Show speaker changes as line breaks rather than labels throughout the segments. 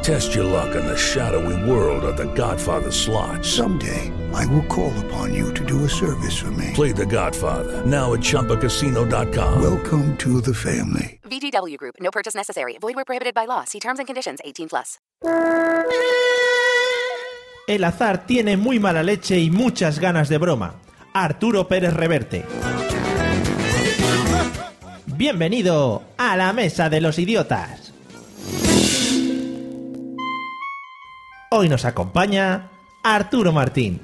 Test your luck in the shadowy world of The Godfather slot.
Someday, I will call upon you to do a service for me.
Play The Godfather now at ChumbaCasino.com.
Welcome to the family.
VGW Group. No purchase necessary. Void where prohibited by law. See terms and conditions. 18 plus.
El azar tiene muy mala leche y muchas ganas de broma. Arturo Pérez Reverte. Bienvenido a la Mesa de los Idiotas. Hoy nos acompaña Arturo Martín.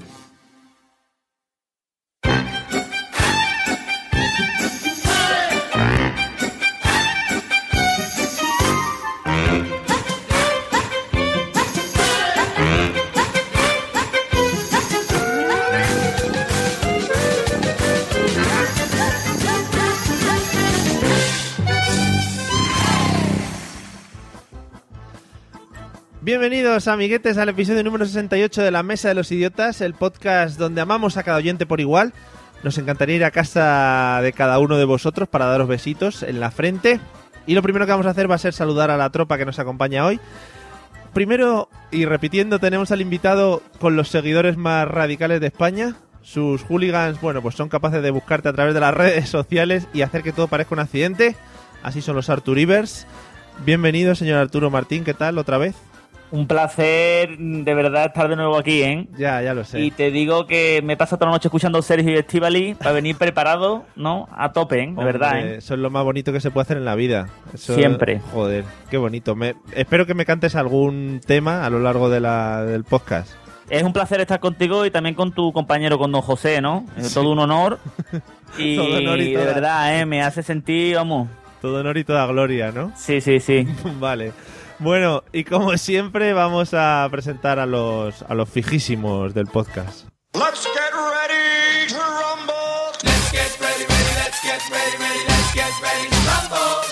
Bienvenidos, amiguetes, al episodio número 68 de La Mesa de los Idiotas, el podcast donde amamos a cada oyente por igual. Nos encantaría ir a casa de cada uno de vosotros para daros besitos en la frente. Y lo primero que vamos a hacer va a ser saludar a la tropa que nos acompaña hoy. Primero, y repitiendo, tenemos al invitado con los seguidores más radicales de España. Sus hooligans, bueno, pues son capaces de buscarte a través de las redes sociales y hacer que todo parezca un accidente. Así son los Arturivers. Bienvenido, señor Arturo Martín, ¿qué tal otra vez?
Un placer de verdad estar de nuevo aquí, ¿eh?
Ya, ya lo sé.
Y te digo que me paso toda la noche escuchando Sergio y Estivali para venir preparado, ¿no? A tope, ¿eh? De
Hombre,
verdad, ¿eh?
Eso es lo más bonito que se puede hacer en la vida. Eso-
Siempre.
Joder, qué bonito. Me, espero que me cantes algún tema a lo largo de la, del podcast.
Es un placer estar contigo y también con tu compañero, con don José, ¿no? Es todo un honor. Y
Todo honor y
de
toda-
verdad, ¿eh? Me hace sentir, vamos.
Todo honor y toda gloria, ¿no?
Sí, sí, sí.
vale. Bueno, y como siempre vamos a presentar a los, a los fijísimos del podcast.
Let's get ready to rumble. Let's get ready, ready, let's get ready, ready, let's get ready to rumble.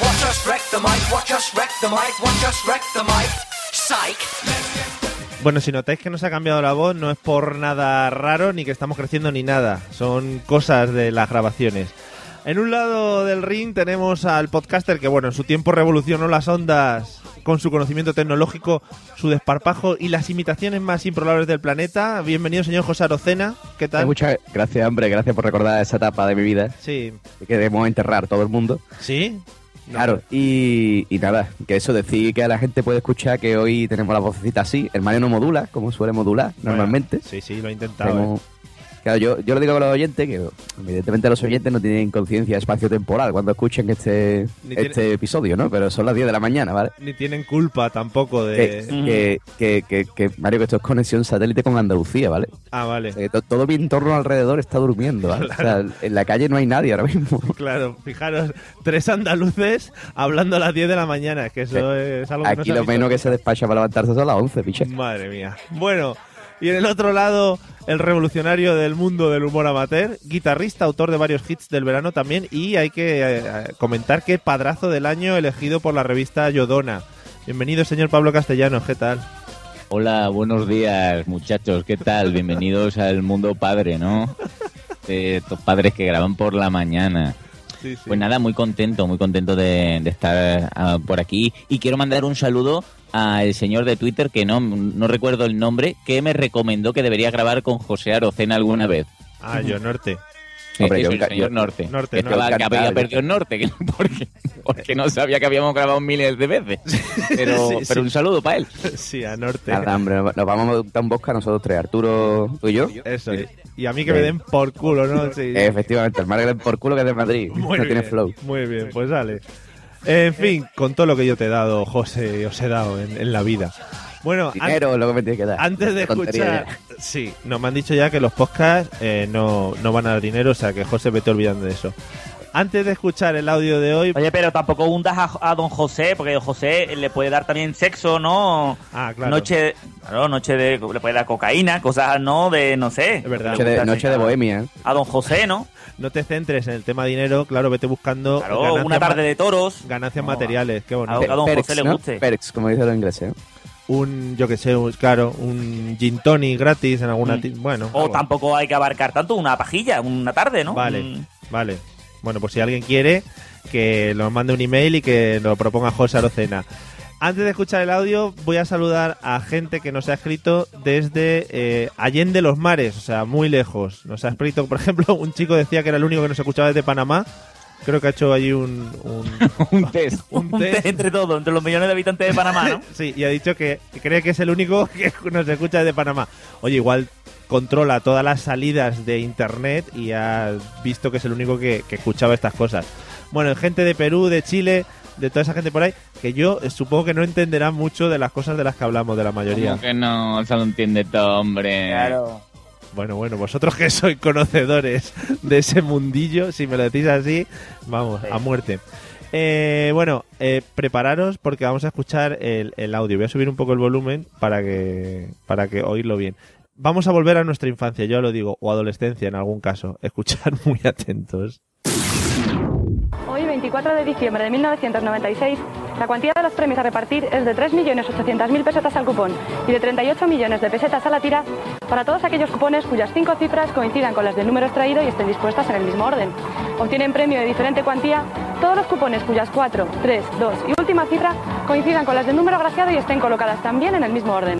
Watch us wreck the mic, watch us wreck the mic, watch us wreck the mic. Psych.
Bueno, si notáis que nos ha cambiado la voz, no es por nada raro, ni que estamos creciendo ni nada. Son cosas de las grabaciones. En un lado del ring tenemos al podcaster que, bueno, en su tiempo revolucionó las ondas con su conocimiento tecnológico, su desparpajo y las imitaciones más improbables del planeta. Bienvenido, señor José Arocena. ¿Qué
Eh,
tal?
Muchas gracias, hombre. Gracias por recordar esa etapa de mi vida
Sí.
que debemos enterrar todo el mundo.
¿Sí? No.
Claro. Y, y nada, que eso, decir que a la gente puede escuchar que hoy tenemos la vocecita así. El Mario no modula, como suele modular
Bueno,
normalmente.
Sí, sí, lo he intentado.
Tenemos- Claro, yo, yo lo digo a los oyentes, que evidentemente los oyentes no tienen conciencia espacio-temporal cuando escuchen este,
Ni
este
tiene-
episodio, ¿no? Pero son las 10 de la mañana, ¿vale?
¿eh? Ni tienen culpa tampoco de...
Que- que- que- que- que, Mario, que esto es conexión satélite con Andalucía, ¿vale?
Ah, vale.
O sea, que Eh, to- todo mi entorno alrededor está durmiendo. ¿vale? O sea, en la calle no hay nadie ahora mismo.
Claro, fijaros, tres andaluces hablando a las 10 de la mañana, que eso es algo que no
Aquí
se ha
lo
visto. Mm,
menos que se despacha para levantarse son las 11, picha.
Madre mía. Bueno, y en el otro lado, el revolucionario del mundo del humor amateur, guitarrista, autor de varios hits del verano también, y hay que eh, comentar que padrazo del año elegido por la revista Yodona. Bienvenido, señor Pablo Castellanos, ¿qué tal?
Hola, buenos días, muchachos. ¿Qué tal? Bienvenidos al mundo padre, ¿no? De estos padres que graban por la mañana.
Sí, sí.
Pues nada, muy contento, muy contento de, de estar ah, por aquí. Y quiero mandar un saludo al señor de Twitter, que no, no recuerdo el nombre, que me recomendó que debería grabar con José Arocena alguna vez.
Ah, yo norte.
Hombre,
Eso,
yo
el
enca-
señor
yo-
Norte.
Norte,
que,
¿no?
estaba- que
Encantado,
había
yo-
perdido el Norte, que- porque, porque no sabía que habíamos grabado miles de veces. Pero,
Sí, sí.
pero un saludo para él.
Sí, a norte.
Nada, hombre, nos vamos a montar un bosque a nosotros tres, Arturo, tú y yo.
Eso, y, y a mí que me den por culo, ¿no? Sí.
Eh, Efectivamente, el Margaret por culo que es de Madrid.
Muy
no
bien,
tiene flow.
Muy bien, pues dale. En fin, con todo lo que yo te he dado, José, os he dado en, en la vida. Bueno, an-
Dinero es lo que me tiene que dar.
antes de
Qué tontería.
escuchar. Sí, nos me han dicho ya que los podcasts eh, no, no van a dar dinero, o sea que José, vete olvidando de eso. Antes de escuchar el audio de hoy.
Oye, pero tampoco hundas a, a don José, porque don José le puede dar también sexo, ¿no?
Ah, claro.
Noche, claro, noche de, le puede dar cocaína, cosas, ¿no? De, no sé.
Es verdad.
Noche de, noche de bohemia. ¿eh?
A don José, ¿no?
No te centres en el tema dinero, claro, vete buscando
Claro,
ganancias
una tarde
ma-
de toros.
ganancias
No,
materiales, qué bonito.
Ah, a don José le
¿no?
guste.
Perks, como dicen los ingleses. ¿eh?
Un, yo que sé, un- claro, un gin tonic gratis en alguna...
Mm.
ti- Bueno,
O
algo.
tampoco hay que abarcar tanto, una pajilla, una tarde, ¿no?
Vale,
Mm,
vale. Bueno, pues si alguien quiere, que nos mande un email y que nos lo proponga José Arocena. Antes de escuchar el audio, voy a saludar a gente que nos ha escrito desde eh, Allende los Mares, o sea, muy lejos. Nos ha escrito, por ejemplo, un chico decía que era el único que nos escuchaba desde Panamá. Creo que ha hecho allí un, un,
Un test.
un
un
test.
té entre todos, entre los millones de habitantes de Panamá, ¿no?
Sí, y ha dicho que que cree que es el único que nos escucha desde Panamá. Oye, igual controla todas las salidas de internet y ha visto que es el único que, que escuchaba estas cosas. Bueno, gente de Perú, de Chile, de toda esa gente por ahí, que yo eh, supongo que no entenderá mucho de las cosas de las que hablamos, de la mayoría.
Como que no, se lo entiende todo,
Eh.
hombre.
Bueno, bueno, vosotros que sois conocedores de ese mundillo, si me lo decís así, vamos, a muerte. Eh, bueno, eh, prepararos porque vamos a escuchar el, el audio. Voy a subir un poco el volumen para que, para que oírlo bien. Vamos a volver a nuestra infancia, yo lo digo, o adolescencia en algún caso. Escuchar muy atentos.
Hoy, 24 de diciembre de 1996, la cuantía de los premios a repartir es de 3.800.000 pesetas al cupón y de 38 millones de pesetas a la tira para todos aquellos cupones cuyas cinco cifras coincidan con las del número extraído y estén dispuestas en el mismo orden. Obtienen premio de diferente cuantía todos los cupones cuyas cuatro, tres, dos y última cifra coincidan con las del número agraciado y estén colocadas también en el mismo orden.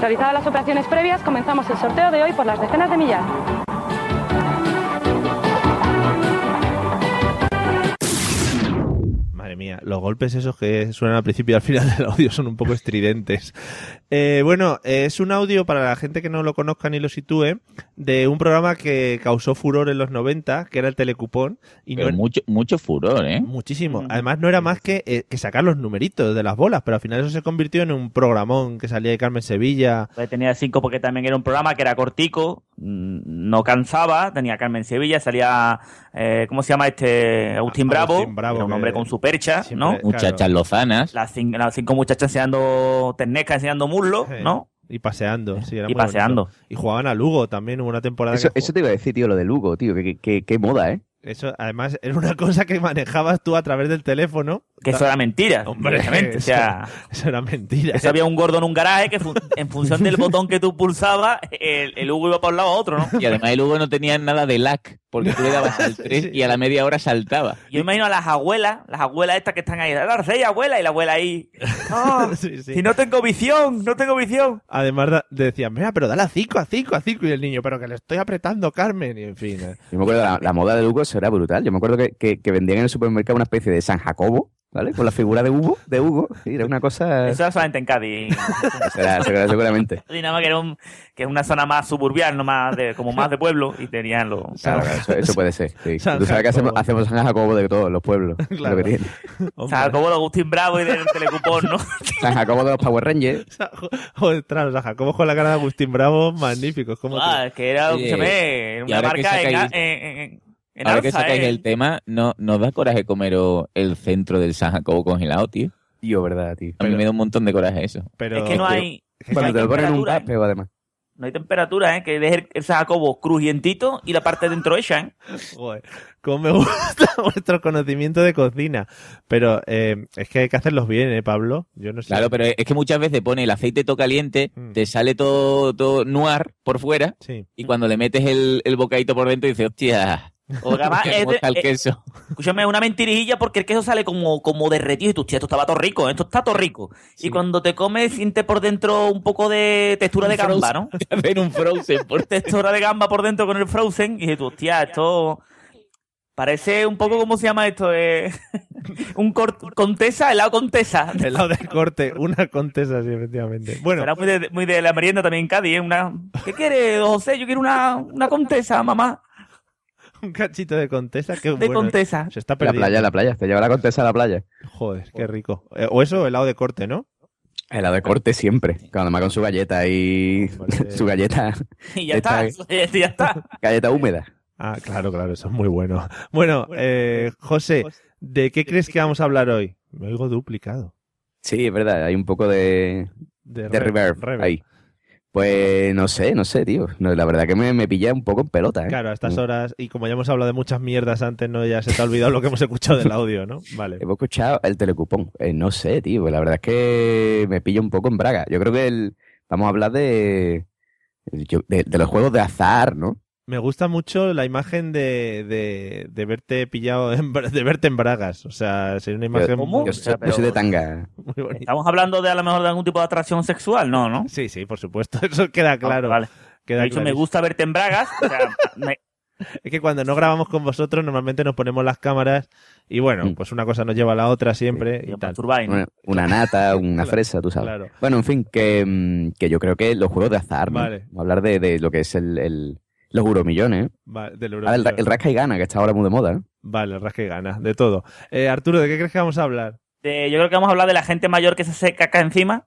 Realizadas las operaciones previas, comenzamos el sorteo de hoy por las decenas de millas.
Madre mía, los golpes esos que suenan al principio y al final del audio son un poco estridentes. Eh, bueno, eh, es un audio para la gente que no lo conozca ni lo sitúe, de un programa que causó furor en los 90, que era el Telecupón. Y no
Pero
era-
mucho, mucho furor, ¿eh?
Mm.
Muchísimo. Además, no era más que, eh, que sacar los numeritos de las bolas, pero al final eso se convirtió en un programón que salía de Carmen Sevilla.
Pues tenía cinco porque también era un programa que era cortico, mm, no cansaba, tenía a Carmen Sevilla, salía, eh, ¿cómo se llama este? Agustín
A-
Bravo,
Agustín Bravo,
era un
que
hombre con su percha,
siempre-
¿no?
Muchachas lozanas.
Las, cin- las cinco muchachas enseñando ternecas, enseñando muslo,
Sí.
¿no?
Y paseando, sí, era muy
Y
bonito.
paseando.
Y jugaban a Lugo también, hubo una temporada
Eso,
que
eso te iba a decir, tío, lo de Lugo, tío. Qué, qué- qué moda, ¿eh?
eso, además, era una cosa que manejabas tú a través del teléfono.
Que eso era mentira,
Hombre,
directamente, O sea,
Eso era mentira.
eso había un gordo en un garaje que fu- en función del botón que tú pulsabas, el, el Hugo iba para un lado a otro, ¿no?
Y además el Hugo no tenía nada de lac, porque tú le dabas al 3
Sí.
y a la media hora saltaba.
Yo imagino a las abuelas, las abuelas estas que están ahí, "Ah, sí, abuela, y la abuela ahí. "Ah,
Sí, sí.
Si no tengo visión, no tengo visión.
Además, da- decían, mira, pero dale a 5, a 5, a 5. Y el niño, pero que le estoy apretando, Carmen. Y en fin. eh.
Yo me acuerdo, la, la moda de Lugo eso era brutal. Yo me acuerdo que, que- que vendían en el supermercado una especie de San Jacobo, ¿vale? Con la figura de Hugo. De Hugo. Sí, era una
Eh.
cosa.
Eso era solamente en Cádiz.
Eso era- eso era seguramente.
Y nada más que, era un- que es una zona más suburbial, no más de, como más de pueblo, y tenían los...
Claro, claro, eso, eso puede ser. sí.
San
Tú sabes que
Jacobo.
hacemos, hacemos San Jacobo de todos los pueblos. es lo que
Claro.
tiene.
O sea,
Hombre.
como de Agustín Bravo y del Telecupón, ¿no?
San Jacobo de los Power Rangers.
Ostras, o sea, Jacobo con la cara de Agustín Bravo, magnífico. ¿Cómo te-
Ah, que era
Sí.
escúchame,
Y
una
ahora que
marca en,
sacáis-
en- en- en
Ahora que
alza,
sacáis
¿eh?
el tema, no, nos da coraje comer o- el centro del San Jacobo congelado, tío.
Tío, verdad, tío.
A mí me da un montón de coraje eso.
Pero,
Es que no hay...
Cuando
hay
te lo ponen en un
temperatura, ¿eh?
papeo, además.
No hay temperatura, ¿eh? Que deje el- el San Jacobo crujientito y la parte dentro hecha, ¿eh?
Joder, cómo me gusta vuestro conocimiento de cocina. Pero eh, es que hay que hacerlos bien, ¿eh, Pablo? Yo no sé.
Claro, pero es que muchas veces pone el aceite todo caliente,
Mm.
te sale todo, todo noir por fuera,
Sí.
y cuando le metes el, el bocadito por dentro dices, hostia,
Porque además es
¿cómo
de-
está el
eh,
queso?
Escúchame, es una mentirijilla porque el queso sale como, como derretido y tú, hostia, esto estaba todo rico, ¿eh? esto está todo rico. Y cuando te comes, sientes por dentro un poco de textura de gamba, ¿no?
Te hacen un frozen por
Textura de gamba por dentro con el frozen y dices tú, hostia, esto parece un poco, ¿cómo se llama esto? Eh, un cor- contesa, helado contesa.
El lado del corte, una contesa, sí, efectivamente. Bueno,
Era muy de, muy de la merienda también en Cádiz, ¿eh? Una... ¿Qué quieres, don José? Yo quiero una, una contesa, mamá.
un cachito de contesa, qué
De
bueno.
contesa.
Se está
La
perdiendo.
playa, la playa. Te lleva la contesa a la playa.
Joder, qué rico. Eh, o eso, el lado de corte, ¿no?
El de corte siempre. Cuando más con su galleta y.
Hombre.
su galleta.
Y ya está,
Está
y ya está.
Galleta húmeda.
Ah, claro, claro, eso es muy bueno. Bueno, eh, José, ¿de qué crees que vamos a hablar hoy? Me oigo duplicado.
Sí, es verdad, hay un poco de, de
re-
reverb, ahí. Pues no sé, no sé, tío. No, la verdad que me, me pilla un poco en pelota, ¿eh?
Claro, a estas
Mm.
horas, y como ya hemos hablado de muchas mierdas antes, no ya se te ha olvidado lo que hemos escuchado del audio, ¿no? Vale.
Hemos escuchado el telecupón. Eh, no sé, tío. La verdad es que me pilla un poco en braga. Yo creo que el, vamos a hablar de, yo- de, de los juegos de azar, ¿no?
Me gusta mucho la imagen de, de, de verte pillado, en bra- de verte en bragas. O sea, sería una
Yo,
imagen muy,
yo
O sea,
soy, yo
pero-
soy de tanga.
muy bonita.
Estamos hablando de a lo mejor de algún tipo de atracción sexual, no, ¿no?
Sí, sí, por supuesto, eso
Ah,
queda claro.
Vale.
queda
De hecho, me
clarísimo.
gusta verte en bragas. o sea, me-
Es que cuando no grabamos con vosotros, normalmente nos ponemos las cámaras y bueno,
Mm.
pues una cosa nos lleva a la otra siempre y
me
tal.
masturbáis, ¿no?
Una, una nata, una
Claro,
fresa, tú sabes.
Claro.
Bueno, en fin, que, mm, que yo creo que los juegos de azar, ¿no?
Vale.
Vamos a hablar de, de lo que es el, el- los euromillones. ¿eh?
Vale, del
Ah, el, ra-
Eurovisión.
el rasca y gana, que está ahora muy de moda, ¿eh?
Vale, rasque gana, de todo. Eh, Arturo, ¿de qué crees que vamos a hablar?
De- yo creo que vamos a hablar de la gente mayor que se hace caca encima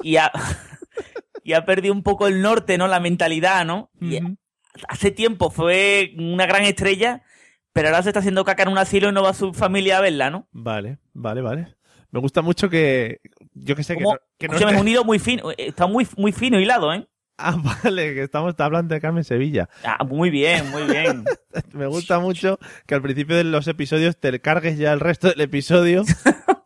y ha, y ha perdido un poco el norte, ¿no? La mentalidad, ¿no? Y
Ujú.
hace tiempo fue una gran estrella, pero ahora se está haciendo caca en un asilo y no va su familia a verla, ¿no?
Vale, vale, vale. Me gusta mucho que. Yo que sé que
Como-
no- que no-
Escúchame, es un hilo muy fino, eh, está muy, muy fino hilado, ¿eh?
Ah, vale, que estamos hablando de Carmen Sevilla.
Ah, muy bien, muy bien.
Me gusta mucho que al principio de los episodios te cargues ya el resto del episodio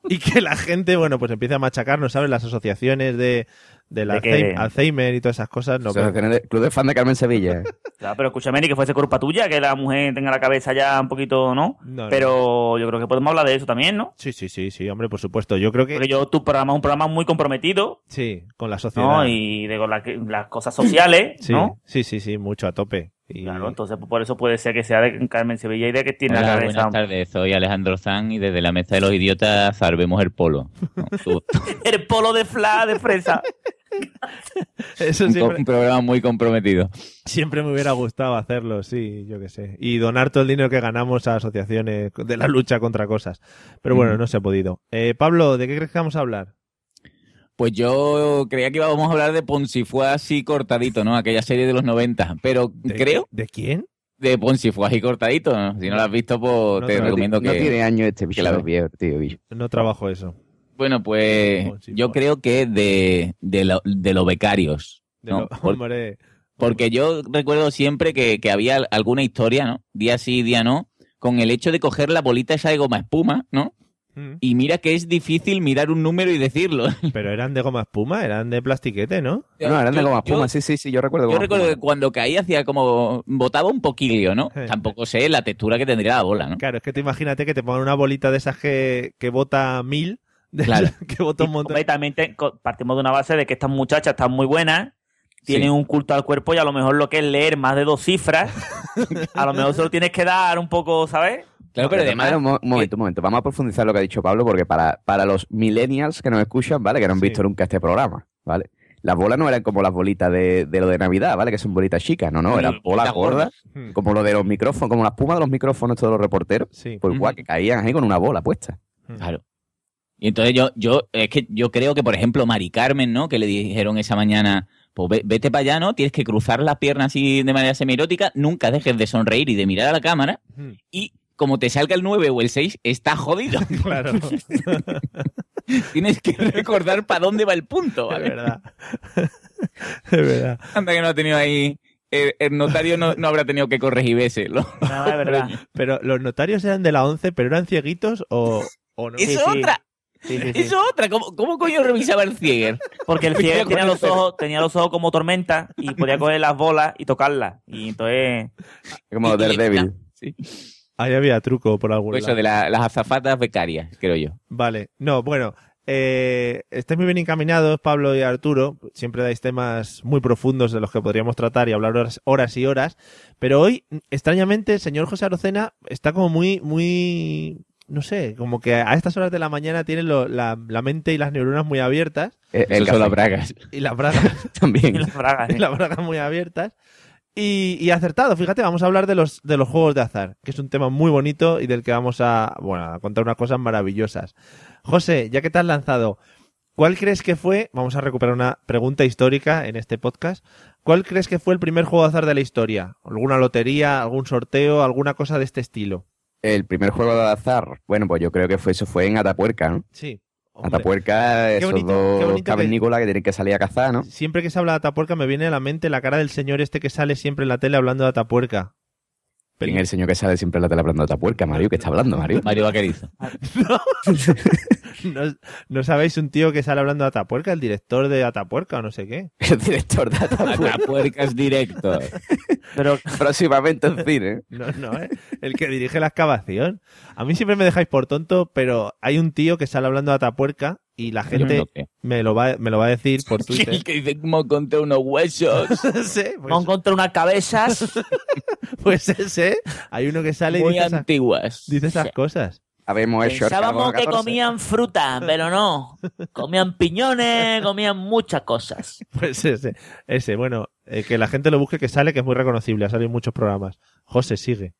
y que la gente, bueno, pues empiece a machacarnos, ¿sabes? Las asociaciones de, del
De que-
Alzheimer, Alzheimer y todas esas cosas. No, pero-
Asociación de- Club de fan de Carmen Sevilla.
Claro, pero escúchame, ni que fuese culpa tuya, que la mujer tenga la cabeza ya un poquito, ¿no?
no, no.
Pero yo creo que podemos hablar de eso también, ¿no?
Sí, sí, sí, sí, hombre, por supuesto. Yo creo que.
Porque yo, tu programa es un programa muy comprometido,
Sí, con la sociedad.
¿no? Y digo, la- las cosas sociales,
sí,
¿no?
sí, sí, sí, mucho a tope. Y-
Claro, entonces pues, por eso puede ser que sea de Carmen Sevilla y de que tiene
Hola,
la cabeza.
buenas tardes, soy Alejandro Zan y desde la mesa de los idiotas salvemos el polo. No, tú- tú-
El polo de fla de fresa.
Eso
un, co-
siempre,
un programa muy comprometido.
siempre me hubiera gustado hacerlo, sí, yo qué sé. Y donar todo el dinero que ganamos a asociaciones de la lucha contra cosas. Pero bueno,
Ujú.
no se ha podido. Eh, Pablo, ¿de qué crees que vamos a hablar?
Pues yo creía que íbamos a hablar de Poncifuá así cortadito, ¿no? Aquella serie de los 90, pero
¿De-
creo
¿De quién?
de Poncifuá así cortadito, ¿no? Si no lo has visto, pues
No,
te
no,
recomiendo
no
que...
tiene años este bicho,
que la
la
ve.
viejo, tío, bicho.
No trabajo eso.
Bueno, pues
Poncifuá.
yo creo que de, de, lo- de los becarios.
De
No,
lo-
por-
hombre.
Porque yo recuerdo siempre que, que había al- alguna historia, ¿no? Día sí, día no, con el hecho de coger la bolita esa de goma espuma, ¿no?
Mm.
Y mira que es difícil mirar un número y decirlo.
Pero eran de goma espuma, eran de plastiquete, ¿no?
No, eran de
Yo-
goma
yo-
espuma, sí, sí, sí, yo recuerdo
Yo,
goma
recuerdo que
espuma.
cuando caí hacía como... botaba un poquillo, ¿no?
Sí.
Tampoco sé la textura que tendría la bola, ¿no?
Claro, es que te imagínate que te pongan una bolita de esas que, que bota mil, de
Claro.
esas que bota un montón.
Hombre, también te- co- partimos de una base de que estas muchachas están muy buenas, tienen un culto al cuerpo y a lo mejor lo que es leer más de dos cifras, a lo mejor se lo tienes que dar un poco, ¿sabes?
Claro, pero
De todas
además... eh,
maneras, un mo- un momento, un momento. Vamos a profundizar lo que ha dicho Pablo, porque para, para los millennials que nos escuchan, ¿vale? Que no han
Sí.
visto nunca este programa, ¿vale? Las bolas no eran como las bolitas de, de lo de Navidad, ¿vale? Que son bolitas chicas, no, no, eran
Bolitas
bolas gordas,
gordas.
como lo de los micrófonos, como la espuma de los micrófonos, todos los reporteros,
Sí.
pues
Ujú.
guau, que caían ahí con una bola puesta.
Claro. Y entonces yo, yo, es que yo creo que, por ejemplo, Mari Carmen, ¿no? Que le dijeron esa mañana, pues ve- vete para allá, ¿no? Tienes que cruzar las piernas así de manera semirótica, nunca dejes de sonreír y de mirar a la cámara,
Mm.
y como te salga el 9 o el 6, está jodido.
Claro, es
Tienes que recordar para dónde va el punto, ¿vale?
verdad. Es verdad.
Anda que no ha tenido ahí. El, el notario no, no habrá tenido que corregir veces. lo-
Nada, es verdad.
Pero los notarios eran de la 11, pero eran cieguitos o, o no.
Sí,
Eso
sí.
otra,
Sí, sí, sí.
eso otra. ¿Cómo, cómo coño revisaba el Cieger?
Porque el
Me
ciego
quedo
tenía
con
los
el pelo.
ojos, tenía los ojos como tormenta y podía coger las bolas y tocarlas. Y entonces,
Como
Y- y le
Daredevil.
pica. Sí.
Ahí había truco por algún
Pues eso
lado.
de la- las azafatas becarias, creo yo.
Vale, no, bueno. Eh, estáis muy bien encaminados, Pablo y Arturo. Siempre dais temas muy profundos de los que podríamos tratar y hablar horas, horas y horas. Pero hoy, extrañamente, el señor José Arocena está como muy, muy. No sé, como que a estas horas de la mañana tiene lo- la, la mente y las neuronas muy abiertas
Eh, El
Eso son las
café
bragas.
y las bragas
y
también.
las bragas. ¿eh?
y las bragas muy abiertas. Y, y acertado, fíjate, vamos a hablar de los, de los juegos de azar, que es un tema muy bonito y del que vamos a, bueno, a contar unas cosas maravillosas. José, ya que te has lanzado, ¿cuál crees que fue? Vamos a recuperar una pregunta histórica en este podcast. ¿Cuál crees que fue el primer juego de azar de la historia? ¿Alguna lotería, algún sorteo, alguna cosa de este estilo?
El primer juego de azar, bueno, pues yo creo que fue eso fue en Atapuerca, ¿no?
Sí. hombre.
Atapuerca,
Qué
esos
bonito, qué
dos
bonito que-
cavernícolas que... tienen que salir a cazar, ¿no?
Siempre que se habla de Atapuerca me viene a la mente la cara del señor este que sale siempre en la tele hablando de Atapuerca. Pero-
¿Quién es el señor que sale siempre en la tele hablando de Atapuerca, Mario? ¿Qué está hablando, Mario?
Mario Vaquerizo.
¿No, no sabéis un tío que sale hablando de Atapuerca? El director de Atapuerca o no sé qué.
El director de Atapuerca.
Atapuercas directo.
Pero
Próximamente en cine.
No, no, ¿eh? El que dirige la excavación. A mí siempre me dejáis por tonto, pero hay un tío que sale hablando de Atapuerca y la gente me lo va, me lo va a decir por Twitter.
El que dice como conté unos huesos.
No sé,
no
pues,
encontré unas cabezas.
pues ese. Hay uno que sale y
muy
dice esas,
antiguas.
dice esas cosas.
Habemos hecho el
Pensábamos
carbono
que
14.
comían fruta, pero no. Comían piñones, comían muchas cosas.
Pues ese. Ese, bueno, eh, que la gente lo busque que sale, que es muy reconocible. Ha salido en muchos programas. José, sigue.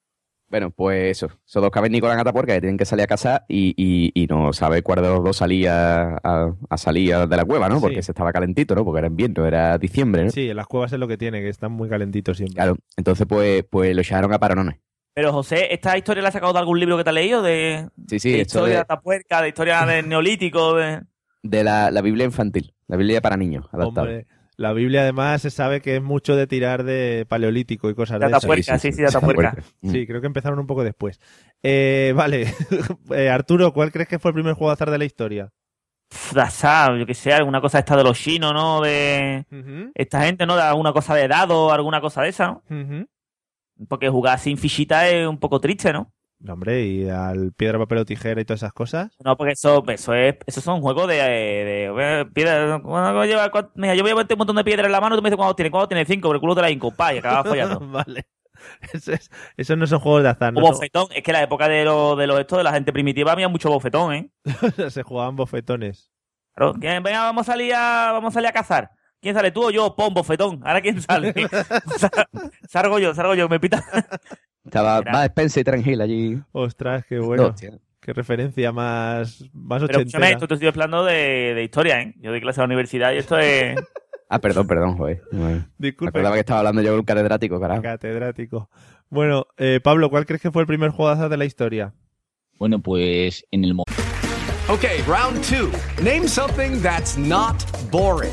Bueno, pues eso. Son dos cavernícolas en Atapuerca que tienen que salir a cazar y, y- y no sabe cuál de los dos salía a, a salir de la cueva, ¿no? Porque
Sí.
se estaba calentito, ¿no? Porque era en viento, era diciembre, ¿no?
Sí, en las cuevas es lo que tiene, que están muy calentitos siempre.
Claro. Entonces, pues, pues lo echaron a parones.
Pero José, ¿esta historia la has sacado de algún libro que te has leído? De,
Sí, sí,
de
esto
historia de
de,
Atapuerca, de historia del Neolítico. De...
de la, la Biblia infantil, la Biblia para niños, adaptada.
Hombre, la Biblia además se sabe que es mucho de tirar de paleolítico y cosas
De
de esas.
Atapuerca. sí, sí, de Atapuerca.
Mm.
Sí, creo que empezaron un poco después. Eh, vale, Eh, Arturo, ¿cuál crees que fue el primer juego de azar de la historia?
Pff, de azar, yo que sé, alguna cosa esta de los chinos, ¿no? De esta gente, ¿no? De alguna cosa de dado, alguna cosa de esa, ¿no?
Ujú.
Porque jugar sin fichita es un poco triste, ¿no?
No, hombre, y al piedra, papel o tijera y todas esas cosas.
No, porque eso, eso es, eso son juegos de, de, de piedra. Cuando lleva- cuan- mira, yo voy a meter un montón de piedras en la mano, tú me dices cuándo tiene, cuándo tiene cinco, pero el culo te la incompa y acabas follando.
vale. Eso es- Esos no son juegos de azar, ¿no?
O bofetón, es que la época de los de los esto, de la gente primitiva había mucho bofetón, ¿eh?
se jugaban bofetones.
Claro, que, venga, vamos a salir a, vamos a salir a cazar. ¿Quién sale? ¿Tú o yo? Pon bofetón. ¿Ahora quién sale? Sa- salgo yo, salgo yo, me pita.
Estaba
Era-
más Spencer y tranquila allí.
Ostras, qué bueno.
Hostia.
qué referencia más, más
Pero escúchame,
ochentera.
esto te estoy hablando de, de historia, ¿eh? Yo doy clase a la universidad y esto es.
Ah, perdón, perdón, joder. Me
Disculpe,
acordaba que estaba hablando yo con un catedrático, carajo.
catedrático. Bueno, eh, Pablo, ¿cuál crees que fue el primer juego de azar de la historia?
Bueno, pues en el momento
Okay, round two. Name something that's not boring.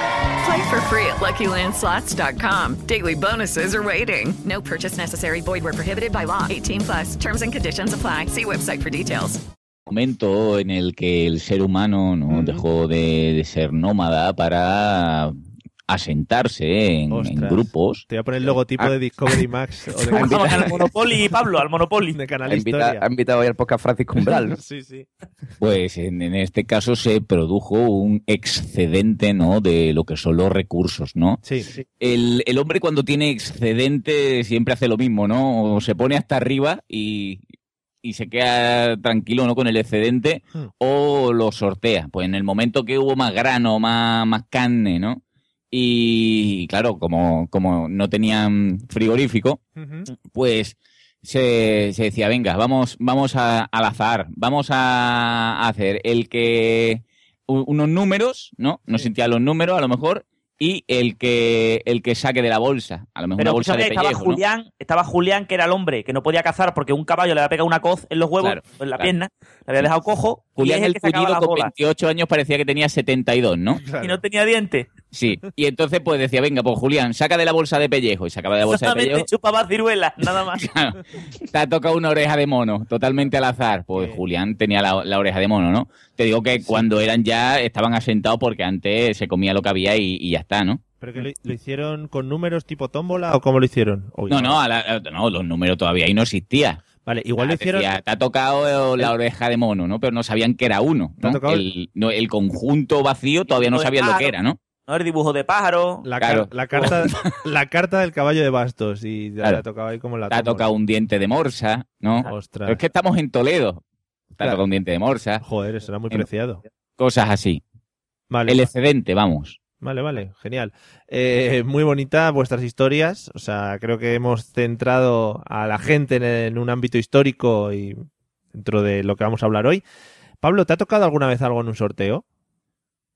Play for free at LuckyLandSlots.com. Daily bonuses are waiting. No purchase necessary. Void were prohibited by law. 18 plus. Terms and conditions apply. See website for details.
momento en el que el ser humano no dejó de, de ser nómada para asentarse en, en
Ostras.
grupos.
Te voy a poner el logotipo
Ah.
de Discovery Max o de,
Invita-
Vamos al Monopoly, Pablo, al Monopoly.
de Canal
Ha invita- ha
Historia.
invitado hoy al podcast Francisco Umbral, ¿no?
Sí, sí.
Pues en, en este caso se produjo un excedente ¿no? de lo que son los recursos, ¿no?
Sí, sí.
El, el hombre cuando tiene excedente siempre hace lo mismo, ¿no? O se pone hasta arriba y, y se queda tranquilo, ¿no? Con el excedente
Hmm.
o lo sortea. Pues en el momento que hubo más grano, más, más carne, ¿no? Y claro, como, como no tenían frigorífico,
Ujú.
pues se, se decía, venga, vamos, vamos a, al azar, vamos a hacer el que u- unos números, ¿no? No sentía los números a lo mejor, y el que el que saque de la bolsa, a lo mejor
Pero
una bolsa
escúchame,
de
estaba,
pellejo, ¿no?
Julián, estaba Julián, que era el hombre que no podía cazar porque un caballo le había pegado una coz en los huevos,
Claro,
en la
claro.
pierna, le había dejado cojo. y
Julián
es
el,
el que sacaba
Cunido
las
con
bolas.
28 años parecía que tenía 72, ¿no?
Claro.
Y no tenía dientes.
Sí. Y entonces pues decía, venga, pues Julián, saca de la bolsa de pellejo y sacaba de la bolsa de
Solamente
pellejo.
chupaba ciruelas, nada más.
Claro. Te ha tocado una oreja de mono, totalmente al azar. Pues
Sí.
Julián tenía la, la oreja de mono, ¿no? Te digo que cuando eran ya estaban asentados porque antes se comía lo que había y, y ya está, ¿no?
¿Pero que lo, lo hicieron con números tipo tómbola o cómo lo hicieron? Uy,
No, Ah, no, a la- a- no, los números todavía ahí no existía.
Vale, igual
lo
hicieron-
te ha tocado eh, la oreja de mono, ¿no? Pero no sabían que era uno,
ha
¿no?
tocado el- Pues,
El, no, el conjunto vacío todavía no
de
sabían lo que
pájaro.
era, ¿no?
No, el dibujo de pájaro.
La,
Claro.
car- la carta, la carta del caballo de bastos y ya
Claro.
le ha tocado ahí como la
Te ha
tómbola.
tocado un diente de morsa, ¿no?
Ostras.
Pero es que estamos en Toledo. Te ha
Claro.
tocado un diente de morsa.
Joder, eso era muy
En-
preciado.
Cosas así.
Vale.
Em,
pues
El excedente, vamos.
Vale, vale, genial. Eh, muy bonita vuestras historias. O sea, creo que hemos centrado a la gente en, en un ámbito histórico y dentro de lo que vamos a hablar hoy. Pablo, ¿te ha tocado alguna vez algo en un sorteo?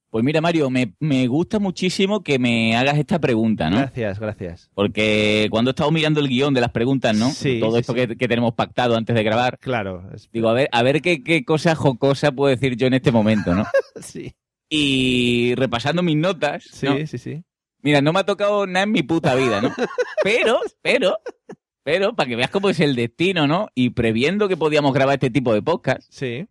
Pues mira, Mario, me, me gusta muchísimo que me hagas esta pregunta, ¿no?
Gracias, gracias.
Porque cuando he estado mirando el guión de las preguntas, ¿no?
Sí,
Todo
sí,
esto
sí.
Que, que tenemos pactado antes de grabar.
Claro. es-
Digo, a ver, a ver qué, qué cosa jocosa puedo decir yo en este momento, ¿no?
Sí.
Y repasando mis notas,
Sí,
¿no?
sí, sí.
Mira, no me ha tocado nada en mi puta vida, ¿no? Pero, pero, pero, para que veas cómo es el destino, ¿no? Y previendo que podíamos grabar este tipo de podcast,
Sí.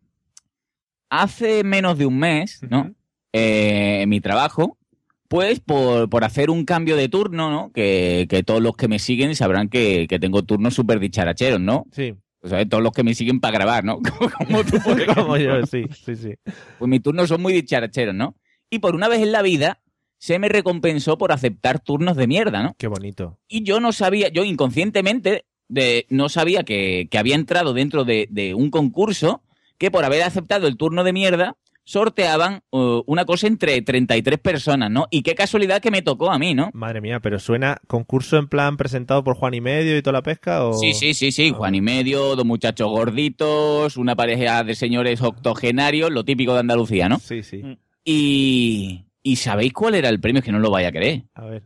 hace menos de un mes, ¿no? Eh, en mi trabajo, pues por, por hacer un cambio de turno, ¿no? Que, que todos los que me siguen sabrán que, que tengo turnos súper dicharacheros, ¿no?
Sí.
O sea, todos los que me siguen para grabar, ¿no? Como tú, por
Como
ejemplo.
yo, sí, sí, sí.
Pues mis turnos son muy dicharacheros, ¿no? Y por una vez en la vida se me recompensó por aceptar turnos de mierda, ¿no?
Qué bonito.
Y yo no sabía, yo inconscientemente de- no sabía que, que había entrado dentro de, de un concurso que por haber aceptado el turno de mierda sorteaban eh, una cosa entre 33 personas, ¿no? Y qué casualidad que me tocó a mí, ¿no?
Madre mía, pero suena concurso en plan presentado por Juan y Medio y toda la pesca o...
Sí, sí, sí, sí, Juan y medio, dos muchachos gorditos, una pareja de señores octogenarios, lo típico de Andalucía, ¿no?
Sí, sí.
Y, y ¿sabéis cuál era el premio? Es que no lo vaya a creer.
A ver.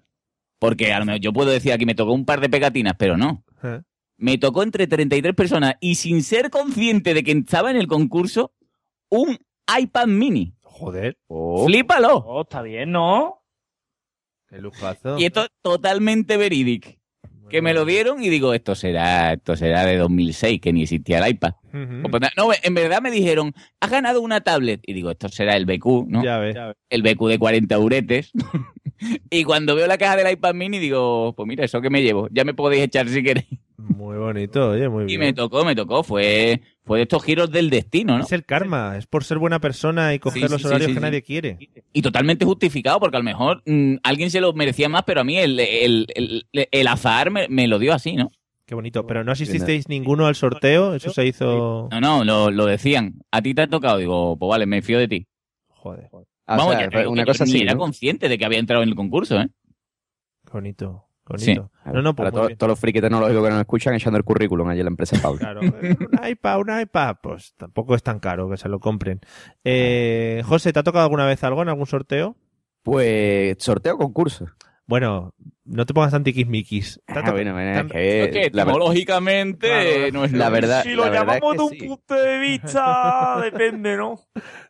Porque a lo mejor yo puedo decir aquí me tocó un par de pegatinas, pero no.
¿Eh?
Me tocó entre 33 personas y sin ser consciente de que estaba en el concurso, un iPad mini.
Joder.
¡Flípalo!
Oh, está bien, ¿no?
Qué lujazo.
Y esto es totalmente verídico. Que me lo dieron y digo, esto será, esto será de 2006, que ni existía el iPad.
Ujú.
O, pues, No, en verdad me dijeron, has ganado una tablet. Y digo, esto será el BQ, ¿no?
Ya ves.
el BQ de 40 uretes. y cuando veo la caja del iPad mini digo, pues mira, eso que me llevo, ya me podéis echar si queréis.
Muy bonito, oye, muy
Y
bien.
me tocó, me tocó, fue, fue de estos giros del destino, ¿no?
Es el karma, es por ser buena persona y coger
Sí, sí,
los
sí,
horarios
sí,
que
sí.
nadie quiere.
Y totalmente justificado, porque a lo mejor mm, alguien se lo merecía más, pero a mí el, el, el- el azar me, me lo dio así, ¿no?
Qué bonito. Pero no
eh.
asististeis ninguno al sorteo, eso se hizo.
No, no, lo, lo decían, a ti te ha tocado, digo, pues vale, me fío de ti.
Joder,
Ah, o
Vamos,
sea,
ya te digo
una
que yo
cosa
ni
así,
era
¿no?
consciente de que había entrado en el concurso, ¿eh?
qué bonito, qué bonito.
Sí.
No, no, pues
Para
muy
to-
bien.
todos los friki tecnológicos que nos escuchan echando el currículum allí en la empresa Pablo.
Claro, eh, un iPad, un iPad, pues tampoco es tan caro que se lo compren. Eh, José, ¿te ha tocado alguna vez algo en algún sorteo?
Pues sorteo concurso.
Bueno, no te pongas antiquismiquis. ¿Te ha
Ah,
tocado-
bueno, bueno,
te
es
han-
que la, ver-
Etimológicamente no es
la verdad,
Si lo
la verdad es
llamamos
que
de un
sí.
punto de vista, depende, ¿no?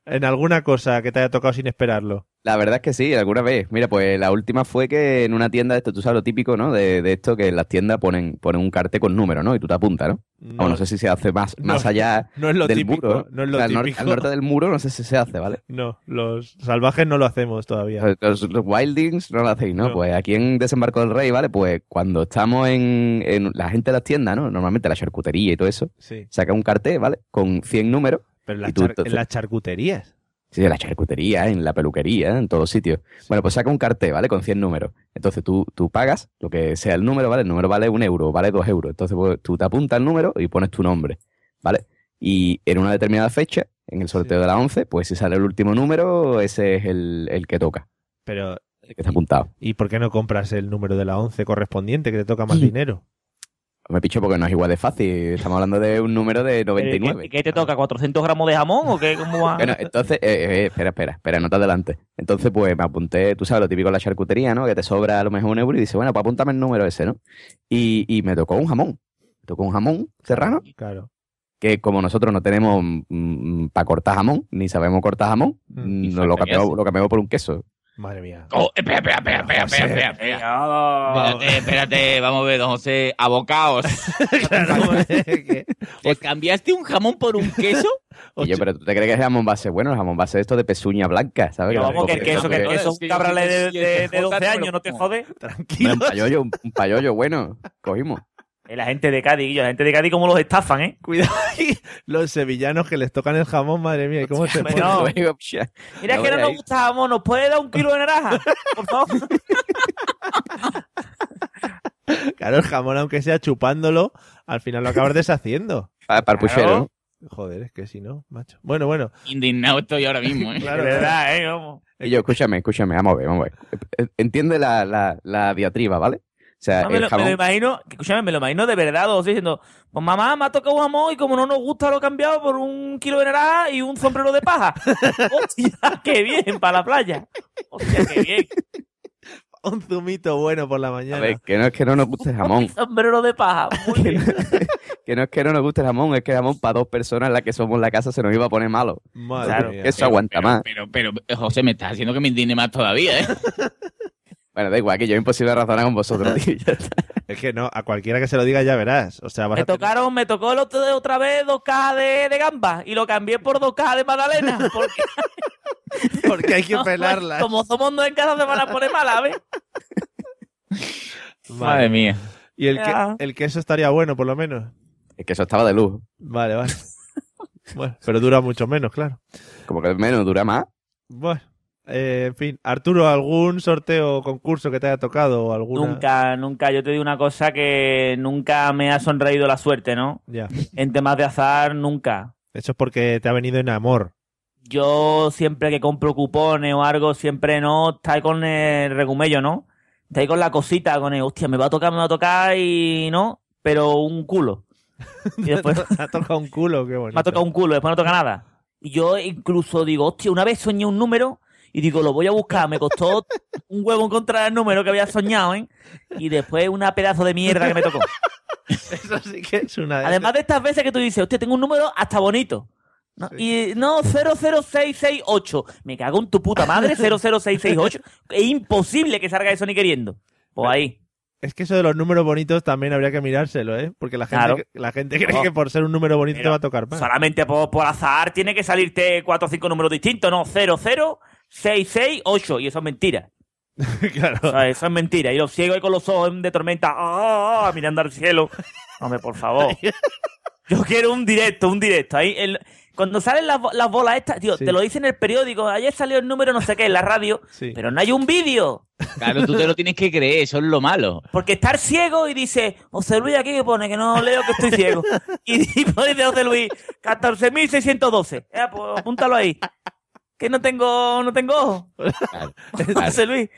En alguna cosa que te haya tocado sin esperarlo.
La verdad es que sí, alguna vez. Mira, pues la última fue que en una tienda de esto, tú sabes lo típico, ¿no? De, de esto que en las tiendas ponen, ponen un cartel con número, ¿no? Y tú te apuntas, ¿no?
No,
o no sé si se hace más, más
no,
allá
no es lo
del
típico,
muro.
no es lo
O sea, al, nor-
típico.
al norte del muro no sé si se hace, ¿vale?
no, los salvajes no lo hacemos todavía.
Los, los Wildings no lo hacéis, ¿no?
No.
Pues aquí en Desembarco del Rey, ¿vale? Pues cuando estamos en, en la gente de las tiendas, ¿no? Normalmente la charcutería y todo eso,
Sí,
saca un cartel, ¿vale? Con 100 números.
pero en las
Y tú,
char- en
entonces-
las charcuterías.
Sí, en la charcutería, en la peluquería, en todos sitios. Bueno, pues saca un cartel, ¿vale? Con 100 números. Entonces tú, tú pagas lo que sea el número, ¿vale? El número vale un euro, vale dos euros. Entonces pues, tú te apuntas el número y pones tu nombre, ¿vale? Y en una determinada fecha, en el sorteo de la 11, pues si sale el último número, ese es el, el que toca,
Pero
el que está apuntado.
¿Y por qué no compras el número de la 11 correspondiente que te toca más dinero?
Me picho porque no es igual de fácil. Estamos hablando de un número de
¿Qué-
99.
¿Qué, te toca? ¿400 gramos de jamón o qué? ¿Cómo va?
Bueno, entonces, eh, eh, espera, espera, espera, no te adelantes. Entonces, pues me apunté, tú sabes, lo típico de la charcutería, ¿no? Que te sobra a lo mejor un euro y dices, bueno, pues apúntame el número ese, ¿no? Y, y me tocó un jamón. Me tocó un jamón serrano,
Claro.
que como nosotros no tenemos para cortar jamón, ni sabemos cortar jamón,
Mm.
mm, nos lo
falta
cambiamos,
queso.
lo cambiamos por un queso.
Madre mía.
Oh, espera, espera, espera, espera, espera, espera, Espérate, espérate, vamos a ver, don José, abocaos. ¿Te cambiaste un jamón por un queso?
Y yo, pero ¿tú te crees que es jamón base? Bueno, el jamón base es esto de pezuña blanca, ¿sabes?
Pero vamos, que el
Porque-
queso, que el
porque-
queso es un cabrale de, de, de 12 años, no te jode.
Hombre, Un payollo, un- un payollo bueno, cogimos.
Eh, La gente de Cádiz, Guillo, la gente de Cádiz, cómo los estafan, ¿eh?
Cuidado ahí, los sevillanos que les tocan el jamón, madre mía, ¿y ¿cómo se
hombre, no.
pone?
Mira que no nos gusta jamón, ¿nos puede dar un kilo de naranja? Por favor.
Claro, el jamón, aunque sea chupándolo, al final lo acabas deshaciendo.
Para, para el puchero, ¿no?
Joder, es que si no, macho. Bueno, bueno.
Indignado estoy ahora mismo, ¿eh?
Claro,
de verdad, ¿eh? Vamos.
Y yo, escúchame, escúchame, vamos a ver, vamos a ver. Eh, Entiende la, la, la diatriba, ¿vale? O sea,
No, me,
el
lo, me lo
jamón...
imagino, que, escúchame, me lo imagino de verdad, dos diciendo, pues mamá, me ha tocado un jamón y como no nos gusta lo he cambiado por un kilo de naranja y un sombrero de paja. Hostia, qué bien, para la playa. Hostia, qué bien.
Un zumito bueno por la
A
mañana.
ver, que no es que no nos guste el jamón,
Sombrero de paja. Muy bien.
que no es que no nos guste el jamón, es que el jamón para dos personas las que somos en la casa se nos iba a poner malo.
Madre
Claro,
mía.
que eso aguanta más.
Pero, pero, eh, José, me estás haciendo que me indigne más todavía, ¿eh?
Bueno, da igual, que yo es imposible razonar con vosotros, tío. ya está.
Es que no, a cualquiera que se lo diga ya verás. O sea, vas
Me
a tener-
tocaron, me tocó el otro- otra vez dos cajas de, de gamba y lo cambié por dos cajas de magdalena. Porque,
porque hay que
no,
pelarlas.
como somos dos en casa se van a poner malas, ¿ves?
Madre mía.
Y el, que-
Ya.
el queso estaría bueno, por lo menos.
Es que eso estaba de luz.
Vale, vale. bueno, pero dura mucho menos, claro.
Como que menos dura más.
Bueno, eh, en fin. Arturo, ¿algún sorteo o concurso que te haya tocado? O alguna...
Nunca, nunca. Yo te digo una cosa que nunca me ha sonreído la suerte, ¿no?
Ya.
En temas de azar, nunca.
Eso es porque te ha venido en amor.
Yo siempre que compro cupones o algo, siempre no, está ahí con el regumello, ¿no? Está ahí con la cosita, con el, hostia, me va a tocar, me va a tocar y no, pero un culo. Y después
Te ha tocado un culo, qué bonito.
pues. me ha tocado un culo, después no toca nada. Y yo incluso digo, hostia, una vez soñé un número y digo, lo voy a buscar. Me costó un huevo encontrar el número que había soñado, ¿eh? Y después una pedazo de mierda que me tocó.
Eso sí que es una de
Además de estas veces que tú dices, hostia, tengo un número hasta bonito. ¿no? Y no, 00668. Me cago en tu puta madre, 00668. es imposible que salga eso ni queriendo. Pues ahí.
Es que eso de los números bonitos también habría que mirárselo, ¿eh? Porque la gente,
Claro.
la gente cree
Oh.
que por ser un número bonito te
Pero
va a tocar más.
Solamente por, por azar tiene que salirte cuatro o cinco números distintos, no, 00668. Y eso es mentira. O
claro.
sea, eso es mentira. Y los ciegos ahí con los ojos de tormenta, ¡ah! mirando al cielo. Hombre, por favor. Yo quiero un directo, un directo. Ahí el- cuando salen las, bo- las bolas estas, tío,
Sí.
te lo dicen en el periódico, ayer salió el número no sé qué en la radio,
Sí.
pero no hay un vídeo.
Claro, tú te lo tienes que creer, eso es lo malo.
Porque estar ciego y dice, José Luis aquí que pone que no leo que estoy ciego. Y tipo dice José Luis, 14.612. Eh, pues apúntalo ahí. Que no tengo, no tengo ojos.
Claro,
José Luis.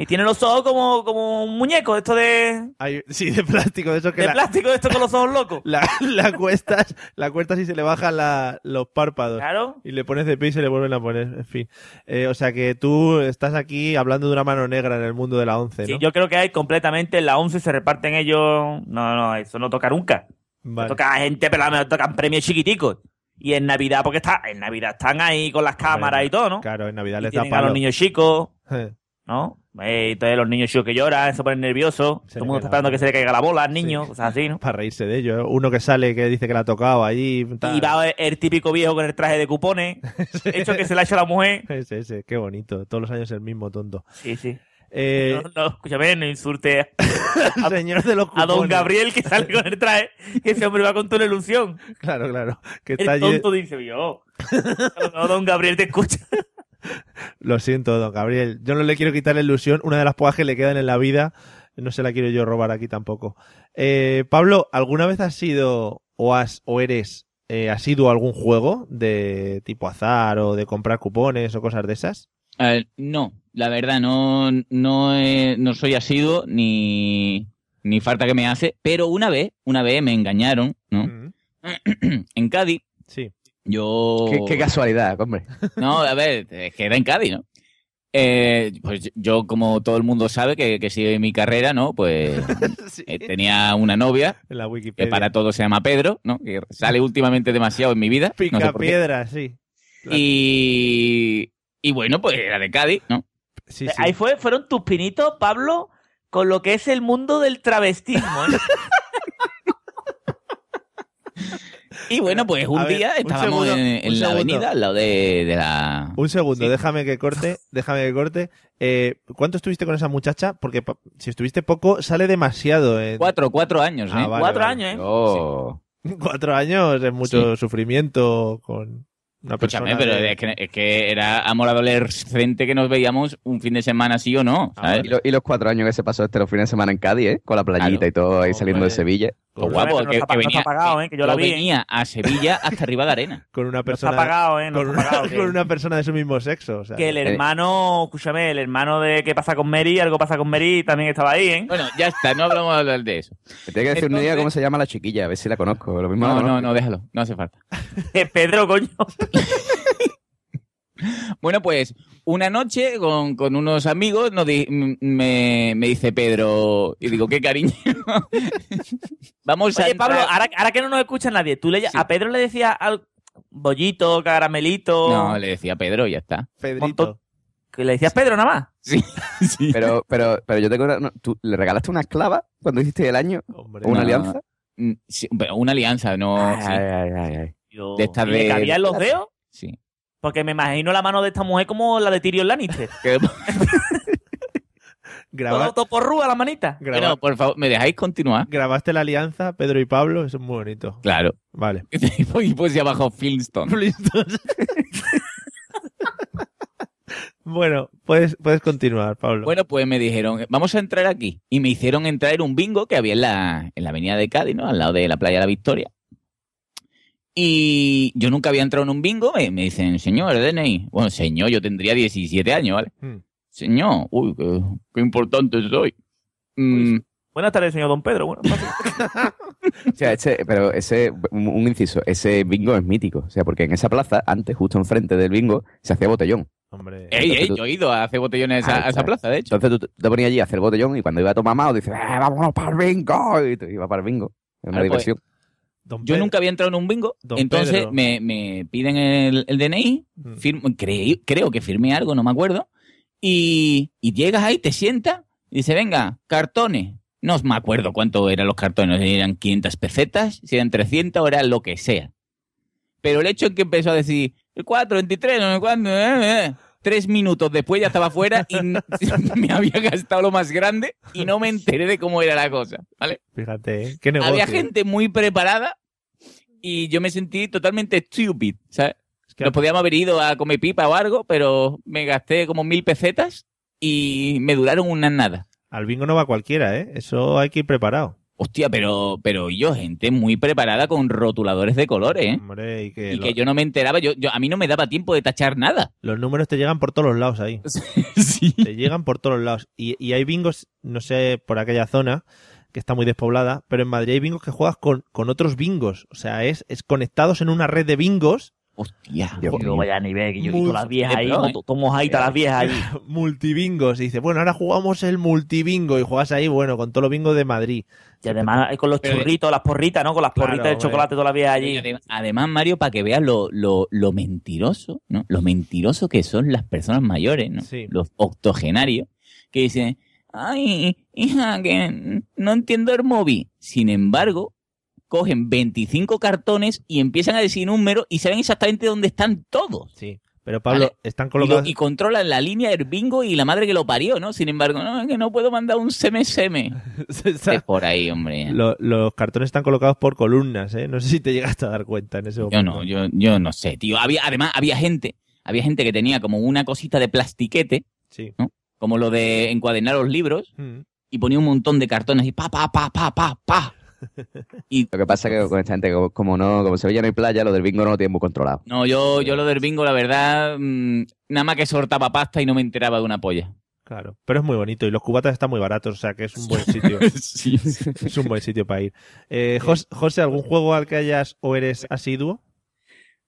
Y tiene los ojos como, como un muñeco, esto de,
Hay- sí, de plástico, de eso que
de
la,
plástico, esto con los ojos locos.
la, la cuestas, la cuestas y se le bajan la- los párpados.
Claro.
Y le pones de pie y se le vuelven a poner, en fin. Eh, o sea que tú estás aquí hablando de una mano negra en el mundo de la once, ¿no?
Sí, yo creo que hay completamente la 11 se reparten ellos. No, no, eso no toca nunca.
Vale.
Toca a gente, pero me tocan premios chiquiticos. Y en Navidad, porque está, en Navidad están ahí con las cámaras y todo, ¿no?
Claro, en Navidad
Y
les da
tienen a los
palo.
niños chicos,
Eh,
¿no? Eh, entonces los niños chicos que lloran, se ponen nerviosos.
Se le
todo el
cae
mundo
la
está esperando
bola.
que se le caiga la bola al niño,
Sí.
cosas así, ¿no?
Para reírse de ellos. ¿eh? Uno que sale que dice que la ha tocado allí.
Y
tal.
va el, el típico viejo con el traje de cupones, hecho que se le ha hecho a la mujer.
Ese, ese, qué bonito. Todos los años el mismo tonto.
Sí, sí.
Eh,
No, no, escúchame, no insulte a-
señor de los
a don
cupones.
Gabriel que sale con el traje, que ese hombre va con toda la ilusión.
Claro, claro. Que
El
está allí.
tonto dice, yo. No, don Gabriel te escucha.
Lo siento, don Gabriel. Yo no le quiero quitar la ilusión. Una de las pocas que le quedan en la vida. No se la quiero yo robar aquí tampoco. Eh, Pablo, ¿alguna vez has sido o has o eres eh, has ido a algún juego de tipo azar o de comprar cupones o cosas de esas?
A ver, no, la verdad, no, no, eh, no soy asiduo ni, ni falta que me hace, pero una vez, una vez me engañaron, ¿no?
Mm,
en Cádiz,
Sí.
yo...
Qué, qué casualidad, hombre.
No, a ver, es que era en Cádiz, ¿no? Eh, pues yo, como todo el mundo sabe que, que sigue mi carrera, ¿no? Pues eh, tenía una novia,
En la
que
Wikipedia.
para todo se llama Pedro, ¿no? Que sale últimamente demasiado en mi vida. no sé
Pica
por qué.
piedra, sí.
Y, y bueno, pues era de Cádiz, ¿no?
Sí,
Ahí fue, fueron tus pinitos, Pablo, con lo que es el mundo del travestismo. ¿eh?
Y bueno, pues un
A ver,
día
un
estábamos
segundo,
en,
un
en la
segundo.
avenida, al lado de, de la...
Un segundo, déjame que corte, déjame que corte. Eh, ¿Cuánto estuviste con esa muchacha? Porque pa- si estuviste poco, sale demasiado. eh.
Cuatro, cuatro años, ¿eh?
Ah, vale,
Cuatro
vale.
años, ¿eh?
Cuatro años es mucho sufrimiento con una persona.
Escúchame, pero
de-
es que, es que era amor adolescente que nos veíamos un fin de semana sí o no,
Ah,
¿sabes?
Y, lo- y los cuatro años que se pasó este los fines de semana en Cádiz, ¿eh? con la playita y todo ahí saliendo de Sevilla.
Pues guapo,
no
que,
está
que
pa- no
venía,
está pagado, ¿eh? Que yo la vi, ¿eh?
venía a Sevilla hasta arriba de arena.
con una
Está
persona
pagado, ¿eh? No
con,
está
una,
pagado, que-
con una persona de su mismo sexo. o sea.
Que el hermano, escúchame, el hermano de ¿Qué pasa con Mary? Algo pasa con Mary también estaba ahí, ¿eh?
Bueno, ya está, no hablamos de hablar de eso.
Te tengo que decir un día
Entonces-
cómo se llama la chiquilla, a ver si la conozco. Lo mismo la
No,
conozco.
no, no, déjalo, no hace falta.
Pedro, coño.
Bueno, pues una noche con, con unos amigos nos di- m- me, me dice Pedro, y digo, qué cariño. Vamos a
Oye,
entrar-
Pablo, ahora, ahora que no nos escucha nadie, tú le, a Pedro le decías al bollito, caramelito.
No, le decía Pedro y ya está.
Pedrito.
que le decías Pedro nada más.
Pero, pero, pero yo tengo una- no, ¿Tú le regalaste una esclava cuando hiciste el año?
Hombre,
¿O una
No.
alianza?
Mm, sí, pero una alianza, no.
Ay,
sí,
ay, ay, ay.
Yo-
De estas
¿Y le
de-
cabían los dedos?
sí.
Porque me imagino la mano de esta mujer como la de Tyrion Lannister.
Que-
Graba-
Todo toporrúa la manita.
graba-
Bueno, por favor, ¿me dejáis continuar?
grabaste la alianza, Pedro y Pablo, eso es muy bonito.
Claro.
Vale.
y pues ya bajo Filmstone.
Bueno, puedes, puedes continuar, Pablo.
Bueno, pues me dijeron, vamos a entrar aquí. Y me hicieron entrar en un bingo que había en la, en la avenida de Cádiz, ¿no? Al lado de la playa de la Victoria. Y yo nunca había entrado en un bingo. Me, me dicen, señor, el DNI. Bueno, señor, yo tendría 17 años, ¿vale?
Mm.
Señor, uy, qué, qué importante soy. Mm,
Buenas tardes, señor Don Pedro. Bueno,
O sea, este- pero ese, un un inciso, ese bingo es mítico. O sea, porque en esa plaza, antes, justo enfrente del bingo, se hacía botellón.
Hombre.
ey, ey,
tú-
yo he ido a hacer botellones a, esa-
Ah,
a esa
claro.
plaza, de hecho.
Entonces tú te ponías allí a hacer botellón y cuando iba a tomar más, dices, "Ah, vámonos para el bingo. Y te iba para el bingo. Es una
Claro, pues,
diversión.
Don
Yo
Pedro.
nunca había entrado en un bingo,
Don
entonces
Pedro.
me, me piden el, el DNI,
Mm.
firmo- creí- creo que firmé algo, no me acuerdo, y, y llegas ahí, te sientas, y dice, venga, cartones. No me acuerdo cuánto eran los cartones, si eran 500 pesetas, si eran 300, o era lo que sea. Pero el hecho es que empezó a decir, 4, 23, no sé cuándo, eh, eh", tres minutos después ya estaba fuera y n- me había gastado lo más grande y no me enteré de cómo era la cosa, ¿vale?
Fíjate, ¿eh? qué negocio.
Había gente muy preparada y yo me sentí totalmente stupid, ¿sabes?
Es que-
Nos podíamos haber ido a comer pipa o algo, pero me gasté como mil pesetas y me duraron unas nada.
Al bingo no va cualquiera, ¿eh? Eso hay que ir preparado.
Hostia, pero, pero yo, gente muy preparada con rotuladores de colores, ¿eh?
Hombre, y que,
Y
lo-
que yo no me enteraba, yo, yo- a mí no me daba tiempo de tachar nada.
los números te llegan por todos los lados ahí.
Sí.
te llegan por todos los lados. Y, y hay bingos, no sé, por aquella zona, que está muy despoblada, pero en Madrid hay bingos que juegas con, con otros bingos. O sea, es, es conectados en una red de bingos,
Hostia.
Dios mío.
yo vaya a nivel, que yo
Muy
quito las viejas ahí,
pro,
como
¿eh?
to- tomo jaita las viejas ahí.
multibingos. Y dice, bueno, ahora jugamos el multibingo. Y juegas ahí, bueno, con todos los bingos de Madrid.
Y además eh, con los
Pero-
churritos, las porritas, ¿no? Con las
Claro,
porritas de
hombre.
chocolate todas las viejas
Y
allí.
adem- Además, Mario, para que veas lo, lo, lo mentiroso, ¿no? Lo mentiroso que son las personas mayores, ¿no?
Sí.
Los octogenarios, que dicen, ay, hija, que no entiendo el móvil. Sin embargo, cogen 25 cartones y empiezan a decir números y saben exactamente dónde están todos.
Sí. Pero Pablo,
Vale.
están
Y,
colocados.
lo- y controlan la línea del bingo y la madre que lo parió, ¿no? Sin embargo, no, es que no puedo mandar un seme-seme. Es por ahí, hombre.
Lo- los cartones están colocados por columnas, ¿eh? No sé si te llegaste a dar cuenta en ese
Yo
momento.
no, yo, yo no sé, tío. Había, además, había gente, había gente que tenía como una cosita de plastiquete,
Sí.
como lo de encuadernar los libros,
Mm.
y ponía un montón de cartones y pa, pa, pa, pa, pa, pa. Y
Lo que pasa es que con esta gente, como, como no, como Sevilla no hay playa, lo del bingo no lo tienen muy controlado.
no, yo, yo lo del bingo, la verdad, mm, nada más que sortaba pasta y no me enteraba de una polla.
Claro, pero es muy bonito y los cubatas están muy baratos, o sea que es un buen sitio.
Sí.
Este
es un buen sitio para ir. Eh, Jos- José, ¿algún juego al que hayas o eres asiduo?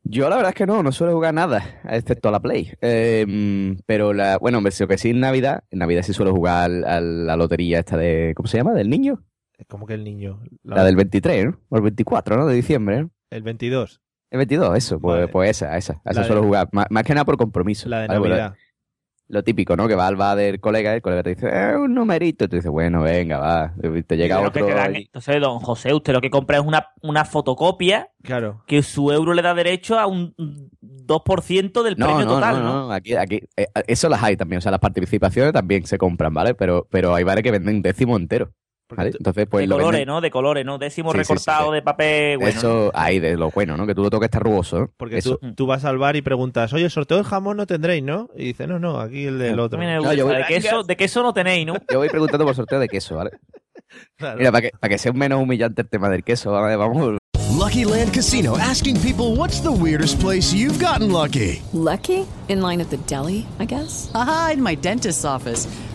Yo la verdad es que no, no suelo jugar nada, excepto a la Play. Eh, mm, pero la, bueno, hombre, si lo que sí en Navidad, en Navidad sí suelo jugar al- a la lotería esta de, ¿cómo se llama? ¿Del niño?
Como Eh, que el niño. La-
La del 23, ¿no? O el 24, ¿no? De diciembre, ¿no?
El 22,
El 22, eso, pues,
Vale.
pues esa, esa. A
La
esa
de-
suelo jugar, más, más que nada por compromiso.
la de
Vale, pues
Navidad.
la, lo típico, ¿no? Que va al bar del colega, el colega te dice, eh, un numerito. Y tú dices, bueno, venga, va. Y Te llega
Lo que
otro.
te dan-
y-
entonces, don José, usted lo que compra es una, una fotocopia
Claro.
que su euro le da derecho a un 2% del
No,
premio
no,
total,
no,
¿no?
no, Aquí, aquí, eh, eso las hay también. O sea, las participaciones también se compran, ¿vale? Pero, pero hay bares que venden décimo entero. ¿Vale? Entonces, pues
de
lo
colores,
venden-
¿no? De colores, ¿no? Décimo
Sí, sí, sí,
recortado de papel, bueno.
Eso, ahí, de lo bueno, ¿no? Que tú lo toques está rugoso, ¿eh?
Porque
Eso.
tú, tú vas al bar y preguntas, oye, sorteo de jamón no tendréis, ¿no? Y dice, no, no, aquí el del otro.
Mira,
No, yo voy-
de, queso, de queso no tenéis, ¿no?
Yo voy preguntando por sorteo de queso, ¿vale?
Claro.
Mira, para que, para que sea menos humillante el tema del queso, ¿vale? vamos.
Lucky Land Casino asking people what's the weirdest place you've gotten lucky?
Lucky? In line at the deli, I guess?
Aha, in my dentist's office.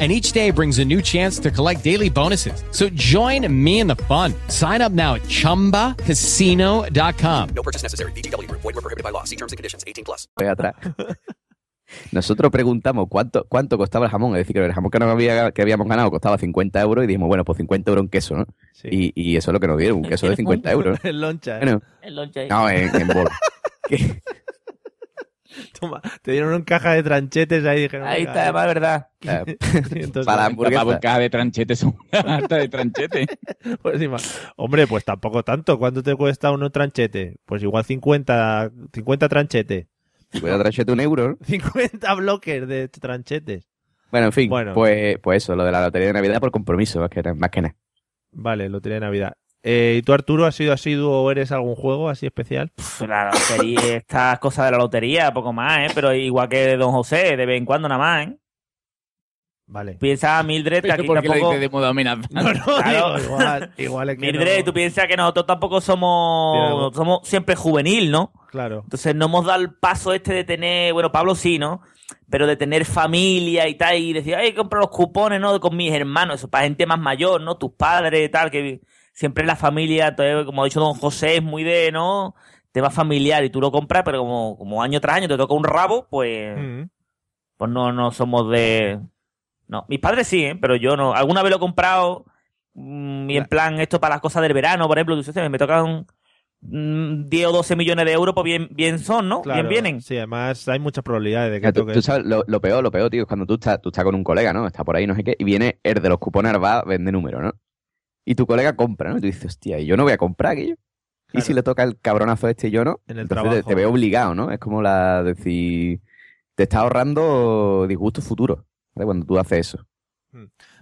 And each day brings a new chance to collect daily bonuses. So join me in the fun. Sign up now at chumbacasino.com.
No purchase necessary. BGW. Void were prohibited by law. See terms and conditions. 18 plus.
Voy atrás. Nosotros preguntamos cuánto, cuánto costaba el jamón. Es decir, que el jamón que, nos había, que habíamos ganado costaba 50 euros y dijimos, bueno, pues 50 euros en queso, ¿no? Y, y eso es lo que nos dieron, un queso de 50 euros.
El loncha. ¿eh?
Bueno, no, en, en bol. Que-
Toma, te dieron una caja de tranchetes ahí dijeron.
Ahí
"Venga,
está,
eh".
además, verdad.
eh,
Entonces,
Para
la
hamburguesa.
pavo-
boca de tranchetes, una harta de tranchete.
Pues encima, hombre, pues tampoco tanto. ¿Cuánto te cuesta uno tranchete? Pues igual 50, 50 tranchete.
Voy a traerte un euro, ¿no?
50 bloques de tranchetes.
Bueno, en fin,
Bueno.
Pues, pues eso, lo de la lotería de Navidad por compromiso, más que, na- más que nada.
Vale, lotería de Navidad. Eh, ¿Y tú, Arturo, has sido asiduo o eres algún juego así especial?
La lotería, estas cosas de la lotería, poco más, ¿eh? Pero igual que don José, de vez en cuando nada más, ¿eh?
Vale.
Piensa Mildred que
Pero
aquí
¿por qué le
tampoco...
dices de modo amenazante?
Claro.
digo, igual- igual es que
Mildred,
no-
tú piensas que nosotros tampoco
Tiramos.
somos, somos siempre juvenil, ¿no?
Claro.
Entonces no hemos dado el paso este de tener, bueno, Pablo sí, ¿no? Pero de tener familia y tal, y decir, ay, compro los cupones, ¿no? Con mis hermanos, eso para gente más mayor, ¿no? Tus padres, tal, que siempre la familia, entonces, como ha dicho don José, es muy de, ¿no? Tema familiar y tú lo compras, pero como, como año tras año te toca un rabo, pues,
Mm.
pues no, no somos de... No, mis padres sí, ¿eh? pero yo no. Alguna vez lo he comprado mm, y en plan esto para las cosas del verano, por ejemplo, dices, "Hostia, me tocan mm, 10 o 12 millones de euros, pues bien, bien son, ¿no?
Claro,
Bien vienen.
Sí, además hay muchas probabilidades de que
Ya, tú,
toque.
tú sabes, lo, lo peor, lo peor, tío, es cuando tú estás, tú estás con un colega, ¿no? Está por ahí, no sé qué, y viene el de los cupones, va, vende número, ¿no? Y tu colega compra, ¿no? Y tú dices, hostia, ¿y yo no voy a comprar aquello. Y si le toca el cabronazo este y yo no,
En el
entonces te,
trabajo.
te veo obligado, ¿no? Es como la decir, te está ahorrando disgustos futuros, ¿vale? Cuando tú haces eso.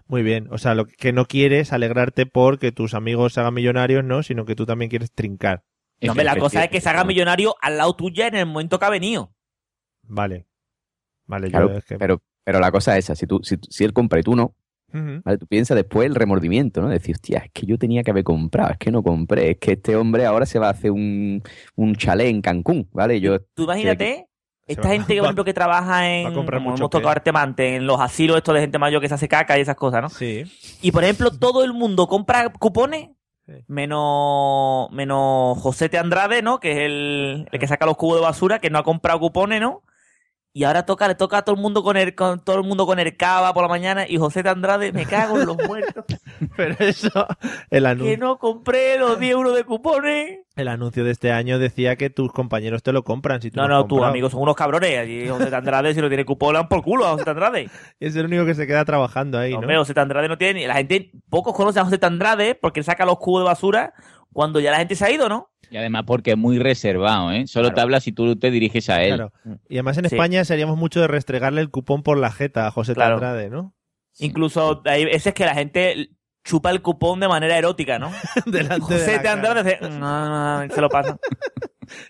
Muy bien. O sea, lo que no quieres alegrarte porque tus amigos se hagan millonarios, no, sino que tú también quieres trincar.
No, hombre, la cosa es que se haga millonario al lado tuya en el momento que ha venido.
Vale. Vale,
Claro,
yo es que.
pero, pero la cosa es esa, si, tú, si, si él compra y tú no,
Ujú.
¿vale? Tú piensas después el remordimiento, ¿no? Decir, hostia, es que yo tenía que haber comprado, es que no compré, es que este hombre ahora se va a hacer un, un chalet en Cancún, ¿vale? Yo
Tú imagínate, esta
va-
gente que, por
va-
ejemplo, que trabaja en,
comprar
como
mucho
hemos tocado
qué.
antes, antes, en los asilos estos de gente mayor que se hace caca y esas cosas, ¿no?
Sí.
Y, por ejemplo, todo el mundo compra cupones, menos, menos Josete Andrade, ¿no? Que es el, el que saca los cubos de basura, que no ha comprado cupones, ¿no? Y ahora toca, le toca a todo el mundo con el, con todo el mundo con el cava por la mañana y José Andrade, me cago en los muertos,
Pero eso, el
que
anuncio,
no compré los 10 euros de cupones.
el anuncio de este año decía que tus compañeros te lo compran. Si tú
No,
has
no, tus
comprado.
amigos son unos cabrones. Allí José de Andrade, si no tiene cupón, le dan por culo a José de Andrade.
Es el único que se queda trabajando ahí, ¿no?
Hombre, José de Andrade no tiene. ni- La gente, pocos conocen a José de Andrade porque él saca los cubos de basura cuando ya la gente se ha ido, ¿no?
Y además porque es muy reservado, ¿eh? Solo te habla si tú te diriges a él.
Claro. Y además en
Mm. Sí.
España seríamos mucho de restregarle el cupón por la jeta a José
Claro.
Andrade, ¿no?
Incluso hay veces que la gente chupa el cupón de manera erótica, ¿no?
Delante de
José
la
de,
cara.
Andrade dice, no, no, no, se lo pasa.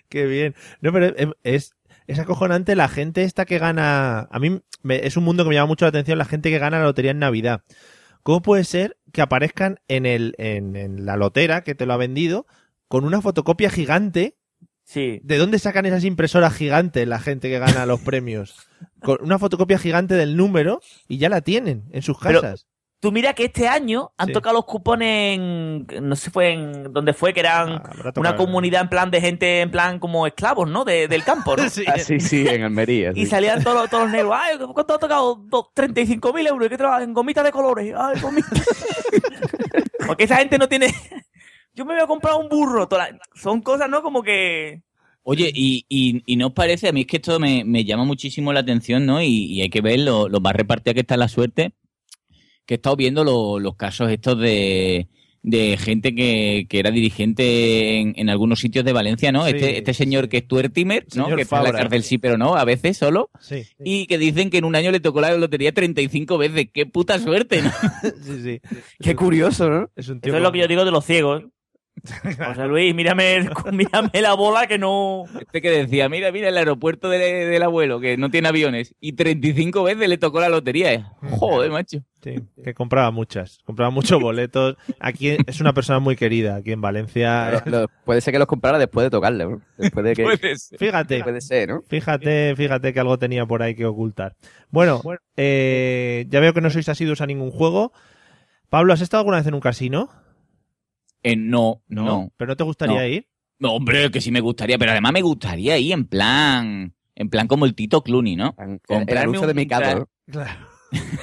Qué bien. No, pero es, es, es acojonante la gente esta que gana. A mí me- es un mundo que me llama mucho la atención la gente que gana la lotería en Navidad. ¿Cómo puede ser que aparezcan en, el, en, en la lotera que te lo ha vendido con una fotocopia gigante?
Sí.
¿De dónde sacan esas impresoras gigantes la gente que gana los premios? Con una fotocopia gigante del número y ya la tienen en sus
Pero-
casas.
Tú mira que este año han
Sí.
tocado los cupones en, no sé fue en donde fue, que
Ah,
eran una comunidad en plan de gente, en plan como esclavos, ¿no? De- del campo, ¿no?
Ah, sí, sí, en Almería.
Y
sí.
salían todos, los- todos los negros. Ay, ¿cuánto ha tocado? Do- 35.000 euros. ¿Qué trabajas? En gomitas de colores. Ay, gomitas. Porque esa gente no tiene... Yo me voy a comprar un burro. Toda la- Son cosas, ¿no? Como que...
Oye, y, y, y no os parece, a mí es que esto me, me llama muchísimo la atención, ¿no? Y, y hay que ver lo, lo más repartida que está la suerte, que he estado viendo lo- los casos estos de, de gente que, que era dirigente en, en algunos sitios de Valencia, ¿no?
Sí,
este, este señor que es Tuertimer, ¿no?
Señor
que está en la
Fabra.
cárcel sí, pero no, a veces solo.
Sí.
Y que dicen que en un año le tocó la lotería 35 veces. ¡Qué puta suerte! ¿no?
sí, sí.
Qué curioso, ¿no?
Es un
Eso es lo que yo digo de los ciegos. José Luis, mírame, el- mírame la bola que no...
Este que decía, mira, mira, el aeropuerto del, del abuelo, que no tiene aviones, y 35 veces le tocó la lotería. eh. Joder, macho.
Sí, que compraba muchas, compraba muchos boletos. Aquí es una persona muy querida, aquí en Valencia.
Ah, Lo- lo- puede ser que los comprara después de tocarle, bro. Después de que...
Fíjate.
Puede ser, ¿no?
Fíjate, fíjate que algo tenía por ahí que ocultar. Bueno, eh, ya veo que no sois asiduos a ningún juego. Pablo, ¿has estado alguna vez en un casino?
Eh, no, no,
¿Pero no te gustaría
No.
ir?
No, hombre, que sí me gustaría, pero además me gustaría ir en plan, en plan como el Tito Clooney, ¿no?
el anuncio de Mikado,
tra-
¿no?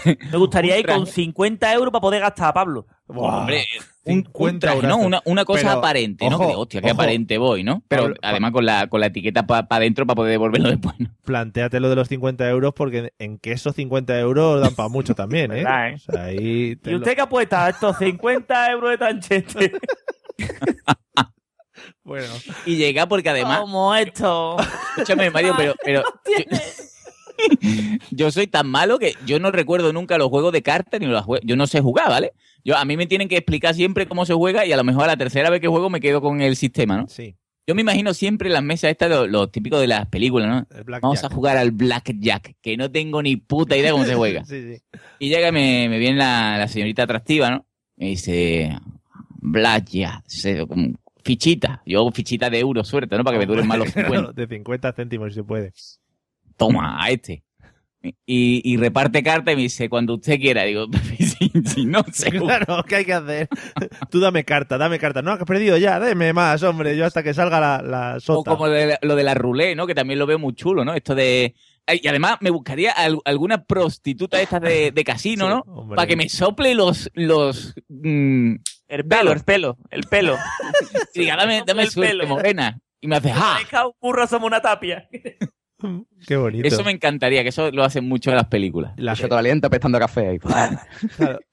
Me gustaría ir
Un
con 50 euros para poder gastar, Pablo.
Buah,
Hombre, un, un traje, ¿no? Una, una cosa
Pero,
aparente, ¿no?
ojo,
Que, hostia, qué
ojo.
aparente voy, ¿no? Pero
Pablo-
además con la, con la etiqueta para adentro para poder devolverlo después. ¿no?
Plantéate lo de los 50 euros porque en que esos 50 euros dan para mucho también, ¿eh?
¿Verdad, eh?
O sea, ahí te
¿Y
lo-
usted qué apuesta? Estos 50 euros de tanchete.
Bueno.
Y llega porque además...
Como esto.
Escúchame, Mario, pero, pero yo, yo soy tan malo que yo no recuerdo nunca los juegos de cartas ni los jue- Yo no sé jugar, ¿vale? Yo, a mí me tienen que explicar siempre cómo se juega y a lo mejor a la tercera vez que juego me quedo con el sistema, ¿no?
Sí.
Yo me imagino siempre las mesas estas, los típicos de las películas, ¿no?
blackjack.
Vamos a jugar al blackjack, que no tengo ni puta idea cómo se juega.
Sí, sí.
Y llega y me, me viene la, la señorita atractiva, ¿no? Me dice, blackjack, se- como fichita. Yo fichita de euro, suerte, ¿no? Para que me duren más los 50
De 50 céntimos si se puede.
toma, a este. Y, y reparte carta y me dice, cuando usted quiera. Digo, si, si no sé.
Claro, ¿qué hay que hacer? Tú dame carta, dame carta. No, que has perdido ya, deme más, hombre. Yo hasta que salga la, la
O
sota.
como de la- lo de la roulette, ¿no? Que también lo veo muy chulo, ¿no? Esto de... Ay, Y además me buscaría al- alguna prostituta de estas de, de casino, ¿no?
hombre.
Para que me sople los... los el pelo, el
pelo, el pelo.
Y diga, dame, dame
El
suerte,
pelo.
morena. Y me hace, ¡ah!
Deja un burro, somos una tapia.
Qué bonito.
Eso me encantaría, que eso lo hacen mucho en las películas.
La
Yo todavía ando apestando café ahí.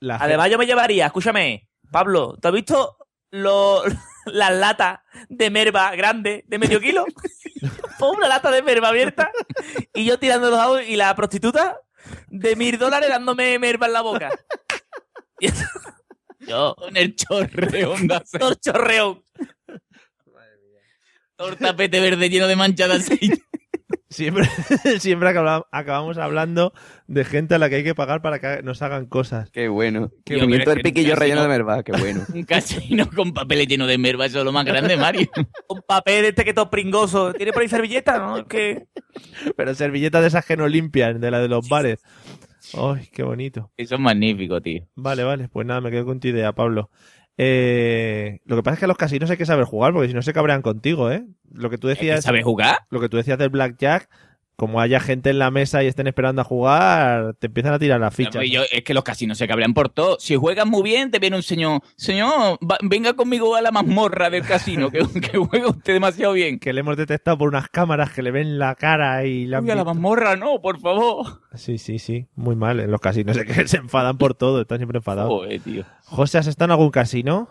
Además, yo me llevaría, escúchame, Pablo, ¿tú has visto lo- las latas de merva grande de medio kilo? Pon una lata de merva abierta y yo tirando los dados y la prostituta de mil dólares dándome merva en la boca. Y eso- yo.
Con el chorreón. de aceite.
Todo chorreón.
Todo el tapete verde lleno de manchas de aceite.
Siempre, siempre acabamos, acabamos hablando de gente a la que hay que pagar para que nos hagan cosas.
Qué bueno.
Qué
Qué
bueno.
bonito el
Pero es que
piquillo
nunca se
relleno de
no-
merva, qué bueno.
Un casino con papeles llenos de merva, eso es lo más grande, Mario.
Con papel de este que todo pringoso. ¿Tiene por ahí servilleta? ¿No? Es que.
Pero servilletas de esas que no limpian, de la de los bares. Ay, qué bonito.
Eso es magnífico, tío.
Vale, vale, pues nada, me quedo con tu idea, Pablo. Eh, lo que pasa es que a los casinos hay que saber jugar, porque si no se cabrean contigo, ¿eh? Lo que tú decías.
¿Sabes jugar?
Lo que tú decías del blackjack, como haya gente en la mesa y estén esperando a jugar, te empiezan a tirar las fichas.
Hombre, yo- es que los casinos se cabrean por todo. Si juegas muy bien, te viene un señor. Señor, va- venga conmigo a la mazmorra del casino, que, que juega usted demasiado bien.
Que le hemos detectado por unas cámaras que le ven la cara y la. han
Uy, a la
visto.
mazmorra no, por favor.
Sí, sí, sí, muy mal. En los casinos es que se enfadan por todo, están siempre enfadados.
Joder, tío.
José, ¿has estado en algún casino?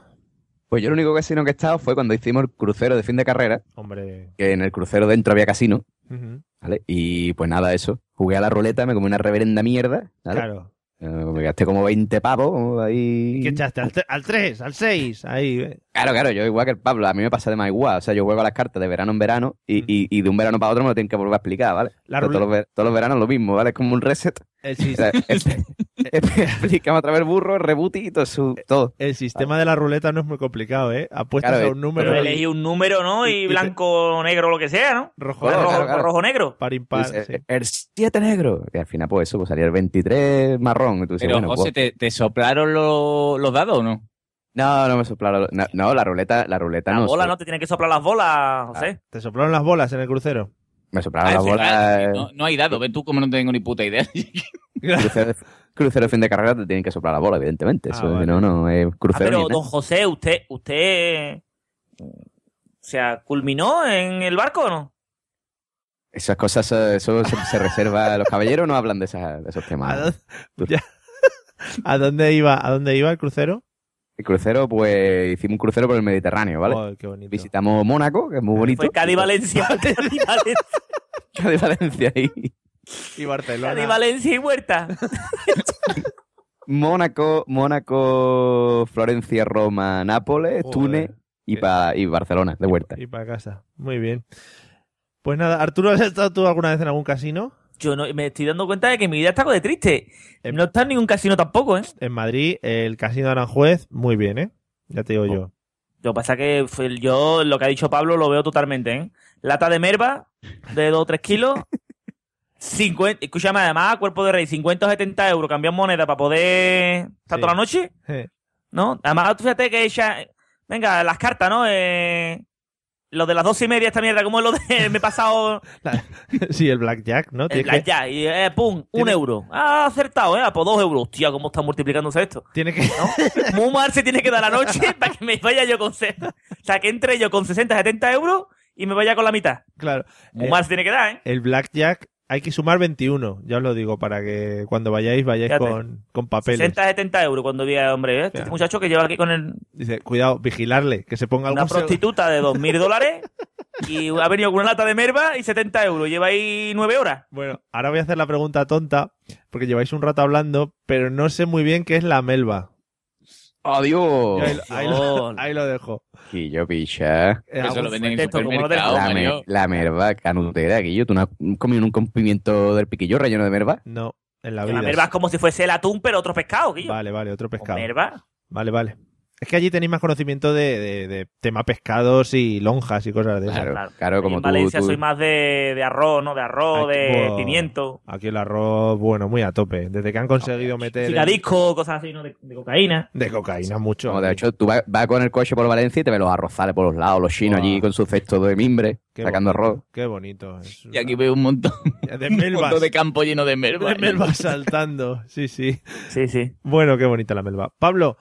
Pues yo el único casino que he estado fue cuando hicimos el crucero de fin de carrera,
Hombre.
que en el crucero dentro había casino,
Ujú.
¿vale? Y pues nada, eso. Jugué a la ruleta, me comí una reverenda mierda, ¿vale?
Claro.
Eh, me gasté como 20 pavos ahí.
¿Qué echaste? ¿Al, 3? ¿Al 6? Ahí. eh.
Claro, claro, yo igual que el Pablo, a mí me pasa de más igual. O sea, yo juego a las cartas de verano en verano y, y- y de un verano para otro me lo tienen que volver a explicar, ¿vale?
Mm. La
Pero todos,
ruleta- Eh,
los, ve- todos los veranos lo mismo, ¿vale? Es como un reset.
El
O sea,
sistema,
este, Explícame otra vez burro, rebuti y todo. su-
Eh,
todo.
El sistema de la ruleta no es muy complicado, ¿eh? Apuestas
Claro,
a un número.
Pero
y-
elegí un número, ¿no? Y,
y- y-
blanco, negro, lo que sea, ¿no?
Rojo,
Bueno,
claro,
rojo,
claro.
rojo, negro.
Par impar,
Dices,
sí.
El 7 negro. Y al final, pues eso, pues salía el 23 marrón. Y tú dices,
Pero,
bueno,
José,
pues-
¿te, te soplaron lo- los dados o no?
No, no me soplaron. No, no, la ruleta, la ruleta
Las
no.
bolas,
so-
¿no? Te tienen que soplar las bolas, José.
¿Te soplaron las bolas en el crucero?
Me soplaron
Ah,
la
sí,
bola.
claro, sí, no, no hay dados, ves tú como no tengo ni puta idea.
Crucero, crucero de fin de carrera te tienen que soplar la bola, evidentemente. eso,
vale.
No, no, es
Ah,
crucero. ¿eh?
pero,
ni nada.
don José, usted, usted, eh, o sea, ¿culminó en el barco o no?
Esas cosas, eh, eso se, se reserva. Los caballeros no hablan de, esas, de esos
¿A
temas.
dónde, ya. ¿A dónde iba? ¿A dónde iba el crucero?
El crucero, pues hicimos un crucero por el Mediterráneo, ¿vale?
Joder, qué Oh, bonito.
Visitamos Mónaco, que es muy bonito.
Fue Cádiz-Valencia. Cádiz-Valencia.
Cádiz, Valencia y
Y Barcelona.
Cádiz-Valencia y Huerta.
Mónaco, Mónaco, Florencia, Roma, Nápoles,
Joder.
Túnez y, pa- y Barcelona, de vuelta.
Y para casa. Muy bien. Pues nada, Arturo, ¿has estado tú alguna vez en algún casino?
Yo no, me estoy dando cuenta de que mi vida está algo de triste. No está en ningún casino tampoco, ¿eh?
En Madrid, el casino de Aranjuez, muy bien, ¿eh? Ya te digo yo.
Lo que pasa que fue- yo lo que ha dicho Pablo lo veo totalmente, ¿eh? Lata de merva de 2 o 3 kilos. 50, escúchame, además, cuerpo de rey, 50 o 70 euros, cambiar moneda para poder estar
Sí.
toda la noche,
Eh,
¿no? Además, tú fíjate que ella. Venga, las cartas, ¿no? Eh, lo de las dos y media, esta mierda, como es lo de. Me he pasado.
sí, el blackjack, ¿no?
el
Tienes que-
blackjack, y eh, pum, un
Tiene-
euro. Ah, acertado, ¿eh? Ah, Pues dos euros. Hostia, ¿cómo está multiplicándose esto?
Tiene que...
Muy mal se tiene que dar la noche para que me vaya yo con. se- O sea, que entre yo con 60, 70 euros y me vaya con la mitad.
Claro.
Muy
Eh,
mal se tiene que dar, ¿eh?
El blackjack hay que sumar 21, ya os lo digo, para que cuando vayáis, vayáis
Fíjate.
con, con papeles.
60, 70 euros cuando diga, hombre, ¿eh? este
Claro.
muchacho que lleva aquí con el-
Dice, cuidado, vigilarle, que se ponga algo
una prostituta de 2.000 dólares y ha venido con una lata de merva y 70 euros. Lleva ahí 9 horas.
Bueno, ahora voy a hacer la pregunta tonta, porque lleváis un rato hablando, pero no sé muy bien qué es la melva. Yo ahí,
¡Adiós!
ahí lo, ahí lo dejo.
Quillo, picha.
Eh,
Eso lo
algún-
venden en
esto, como lo del
supermercado,
la, mer-
Oh, Mario.
la merva canutera, Guillo. ¿Tú no has comido un pimiento del piquillo relleno de merva?
No, en la
La,
vida.
merva es como si fuese el atún, pero otro pescado, Guillo.
Vale, vale, otro
Con
pescado.
Merva.
Vale, vale. Es que allí tenéis más conocimiento de, de- de tema pescados y lonjas y cosas de esas.
Claro,
Claro.
claro,
Ahí
como
en
tú.
Valencia
tú-
soy más de, de arroz, ¿no? De arroz,
Aquí-
de
buah.
pimiento,
Aquí el arroz, bueno, muy a tope. Desde que han conseguido meter... el-
cigadisco, cosas así, ¿no? De, de cocaína.
De cocaína, mucho.
Como de hecho, tú vas vas con el coche por Valencia y te ves los arrozales por los lados, los chinos
Buah.
allí con su cesto de mimbre,
Qué
sacando
bonito,
arroz.
Qué bonito. Es
Y aquí veo un montón,
una- De
un
melvas.
montón de campo lleno de merva.
de melvas saltando. Sí, sí.
Sí, sí.
Bueno, qué bonita la melva. Pablo,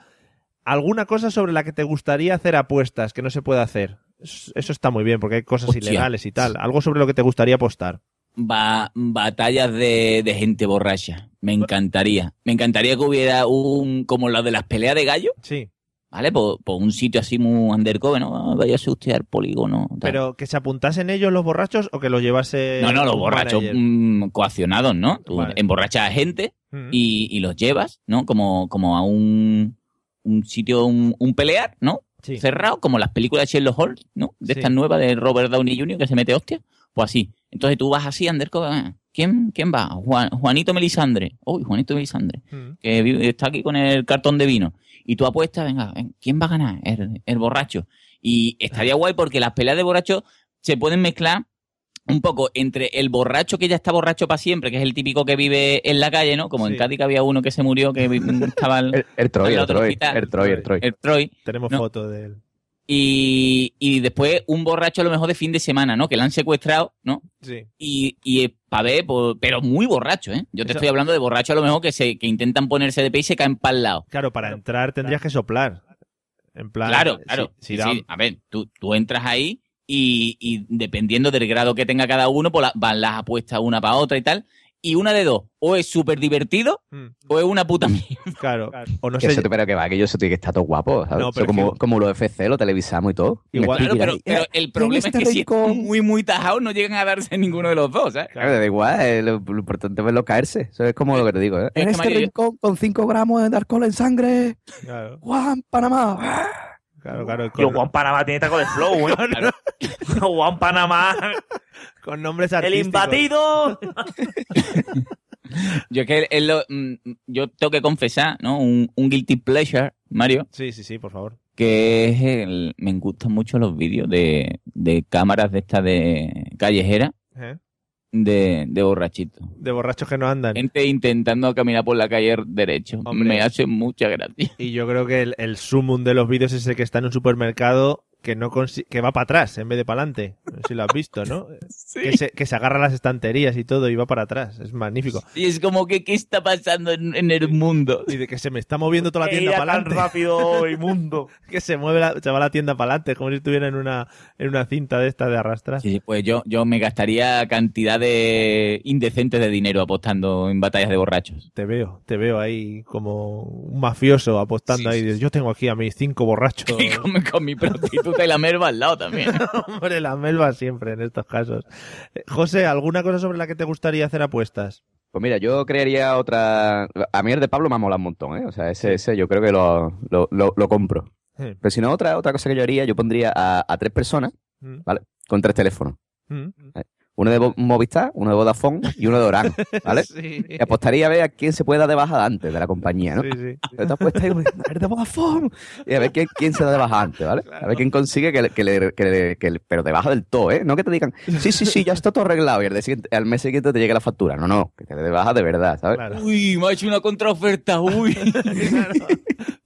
¿alguna cosa sobre la que te gustaría hacer apuestas que no se puede hacer? Es- Eso está muy bien, porque hay cosas
Hostia.
ilegales y tal. Algo sobre lo que te gustaría apostar.
Ba- batallas de, de gente borracha. Me encantaría. Me encantaría que hubiera un, como la de las peleas de gallo,
Sí.
¿vale? Por, por un sitio así muy undercover, ¿no? Ah, Váyase usted al polígono. tal.
Pero que se apuntasen ellos los borrachos o que los llevase.
no, no, los
un
borrachos
manager?
mm, coaccionados, ¿no? Tú
Vale.
emborrachas a gente
Mm.
y, y los llevas, ¿no? Como, como a un, un sitio, un, un pelear, ¿no?
Sí.
Cerrado, como las películas de Sherlock Holmes, ¿no? De
Sí.
estas nuevas de Robert Downey Jr. que se mete hostia. Pues así. Entonces tú vas así, undercover. ah, ¿Quién, quién va? Juan- Juanito Melisandre. Uy, Juanito Melisandre.
Mm.
Que vi- está aquí con el cartón de vino. Y tú apuestas, venga, ven, ¿quién va a ganar? El, el borracho. Y estaría guay porque las peleas de borrachos se pueden mezclar un poco entre el borracho que ya está borracho para siempre, que es el típico que vive en la calle, ¿no? Como
Sí.
en Cádiz que había uno que se murió, que vi- mm, estaba el,
El, el Troy,
Al
el
otro
Troy,
hospital.
el Troy, el Troy.
el Troy.
Tenemos
No.
foto de él.
Y, y después un borracho a lo mejor de fin de semana, ¿no? Que la han secuestrado, ¿no?
Sí.
Y, y para ver, pues, pero muy borracho, ¿eh? Yo te
Eso-
estoy hablando de borracho a lo mejor que se que intentan ponerse de pie y se caen para el lado.
Claro, para entrar tendrías que soplar. En plan.
Claro,
si-
claro.
si
Sí,
da-
sí. A ver, tú, tú entras ahí y, y dependiendo del grado que tenga cada uno, pues la- van las apuestas una para otra y tal. Y una de dos, o es súper divertido
Mm,
o es una puta mierda.
Claro. O no
Que
sé.
eso te- pero que va, que yo eso tiene que estar todo guapo, ¿sabes?
No,
Eso
pero
como,
que-
como los FC, lo televisamos y todo. Y me
Igual-
estoy
Claro, pero,
mirando,
pero
"Eh,
el problema es
este
que si
rico".
es muy, muy tajado, no llegan a darse ninguno de los dos, ¿sabes?
Claro, da igual, eh, lo, lo importante es verlo caerse. Eso es como lo que te digo, ¿eh?
Es que, Mario, yo-
rincón con 5 gramos de alcohol en sangre,
Claro,
Juan Panamá.
claro, claro. y Con,
Yo, Juan Panamá tiene taco de flow, ¿eh?
Claro.
Juan Panamá,
con nombres
el
artísticos.
imbatido.
Yo es que es lo- mm, yo tengo que confesar, ¿no? Un, un guilty pleasure, Mario,
Sí, sí, sí, por favor.
que es el, me gustan mucho los vídeos de, de cámaras de estas de callejera
¿Eh?
de, de borrachitos.
De borrachos que no andan.
Gente intentando caminar por la calle derecho.
Hombre.
Me hace mucha gracia.
Y yo creo que el, el sumum de los vídeos es el que está en un supermercado que no consi- que va para atrás en vez de para adelante. No sé si lo has visto, ¿no? Que, se, que se agarra a las estanterías y todo y va para atrás. Es magnífico.
Y es como que, ¿qué está pasando en, en el mundo?
Y de que se me está moviendo toda la tienda para adelante.
rápido, inmundo.
que se mueve la, se va la tienda para adelante, como si estuviera en una, en una cinta de esta de arrastrar.
Sí, pues yo, yo me gastaría cantidades indecentes de dinero apostando en batallas de borrachos.
Te veo, te veo ahí como un mafioso apostando ahí. Yo tengo aquí a mis cinco borrachos.
Y con, con mi prostituta y la merva al lado también.
Hombre, la melva siempre en estos casos. Eh, José, ¿alguna cosa sobre la que te gustaría hacer apuestas?
Pues mira, yo crearía otra. A mí el de Pablo me mola un montón, ¿eh? O sea, ese, ese yo creo que lo, lo, lo- lo compro.
Sí.
Pero si no, otra, otra cosa que yo haría, yo pondría a, a tres personas,
Mm.
¿vale? Con tres teléfonos.
Mm.
Uno de Vo- Movistar, uno de Vodafone y uno de Orange, ¿vale?
Sí.
Y apostaría a ver a quién se puede dar de baja antes de la compañía, ¿no? Ah,
Sí, sí.
Entonces, apuesta ahí, a ver de Vodafone y a ver quién, quién se da de baja antes, ¿vale? A ver quién consigue que, le- que, le- que, le- que le- pero de baja del todo, ¿eh? No que te digan, sí, sí, sí, ya está todo arreglado y al, día siguiente- al mes siguiente te llegue la factura. No, no, que te dé de baja de verdad, ¿sabes?
Uy, me ha hecho una contraoferta, uy.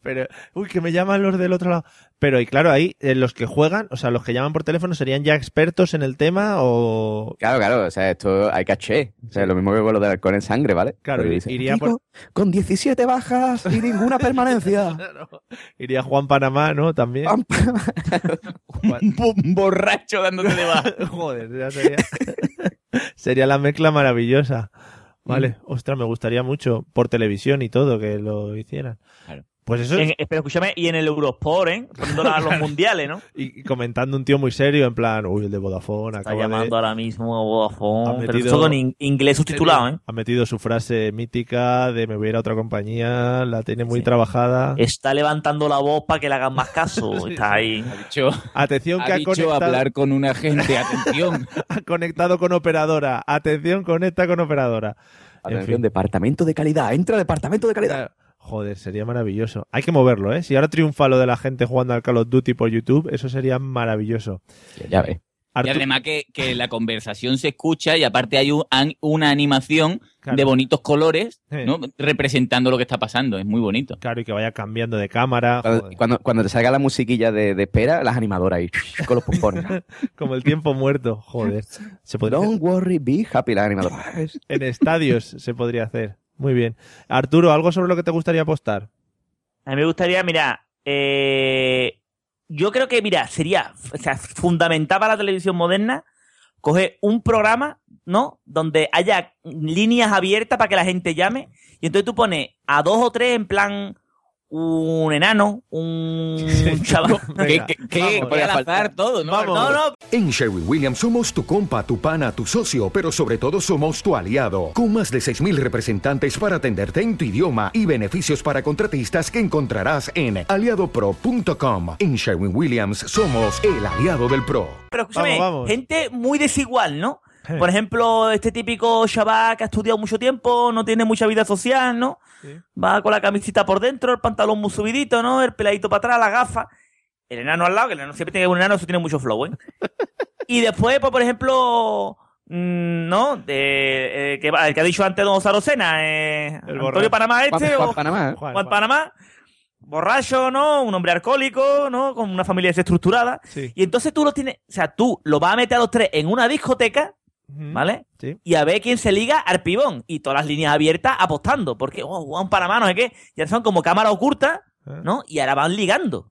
Pero, uy, que me llaman los del otro lado. Pero, y claro, ahí eh, los que juegan, o sea, los que llaman por teléfono, ¿serían ya expertos en el tema o...?
Claro, claro, o sea, esto hay caché. O sea, lo mismo que con lo del alcohol en sangre, ¿vale?
Claro,
Porque
iría por-
"Digo, Con 17 bajas y ninguna permanencia.
Iría Juan Panamá, ¿no? También.
Ah.
Un borracho dándote de baja.
Joder, ya sería... Sería la mezcla maravillosa. Vale, ostras, me gustaría mucho por televisión y todo que lo hicieran.
Claro.
Pues eso es-
En- eh, pero escúchame, y en el Eurosport, ¿eh? Poniendo a los mundiales, ¿no?
y y comentando un tío muy serio en plan, uy, el de Vodafone
Está
acaba de-
llamando ahora mismo a Vodafone,
Ha
pero
metido-
eso con in- inglés subtitulado, ¿eh?
Ha metido su frase mítica de me voy a ir a otra compañía, la tiene muy trabajada.
Está levantando la voz para que le hagan más caso. Está ahí.
Yo,
Atención que
ha
ha,
dicho
conectado,
hablar con un agente, atención.
ha conectado con operadora. Atención, conecta con operadora. En
Atención,
fin.
departamento de calidad. Entra departamento de calidad.
Joder, sería maravilloso. Hay que moverlo, ¿eh? Si ahora triunfa lo de la gente jugando al Call of Duty por YouTube, eso sería maravilloso.
Ya ves.
Y
Artu-
además que, que la conversación se escucha y aparte hay un- an- una animación
Claro.
de bonitos colores,
Sí.
¿no? Representando lo que está pasando, es muy bonito.
Claro, y que vaya cambiando de cámara.
Cuando,
Ah, joder.
cuando, cuando te salga la musiquilla de, de espera, las animadoras ahí, con los pompones.
Como el tiempo muerto, joder. Se podría hacer
Don't worry, be happy, las animadoras.
en estadios, se podría hacer. Muy bien. Arturo, ¿algo sobre lo que te gustaría apostar?
A mí me gustaría, mira, eh, yo creo que, mira, sería o sea, fundamental para la televisión moderna coger un programa, ¿no? Donde haya líneas abiertas para que la gente llame. Y entonces tú pones a dos o tres en plan un enano, Mm, un chaval.
Venga,
¿Qué, qué- qué-
vamos.
qué al azar todo, ¿no?
No, no,
En Sherwin Williams somos tu compa, tu pana, tu socio, pero sobre todo somos tu aliado, con más de 6.000 representantes para atenderte en tu idioma y beneficios para contratistas que encontrarás en aliadopro.com. En Sherwin Williams somos el aliado del PRO.
Pero escúchame,
Vamos, vamos.
gente muy desigual, ¿no? Por ejemplo, este típico chaval que ha estudiado mucho tiempo, no tiene mucha vida social, ¿no? Va con la camisita por dentro, el pantalón muy subidito, ¿no? El peladito para atrás, la gafa. El enano al lado, que el enano siempre tiene un enano, eso tiene mucho flow, ¿eh? y después, pues, por ejemplo, mm, ¿no? De, eh, que, va- el que ha dicho antes Don Sarocena, eh, Antonio
borracho.
Panamá este
Juan- Juan
o
Panamá.
Juan Panamá. Borracho, ¿no? Un hombre alcohólico, ¿no? Con una familia desestructurada.
Sí.
Y entonces tú los tienes, o sea, tú lo vas a meter a los tres en una discoteca,
Ujú.
¿vale?
Sí.
Y a ver quién se liga al pibón. Y todas las líneas abiertas apostando. Porque, oh, Juan Panamá, no sé qué. Ya son como cámara oculta,
Ah.
¿no? Y ahora van ligando.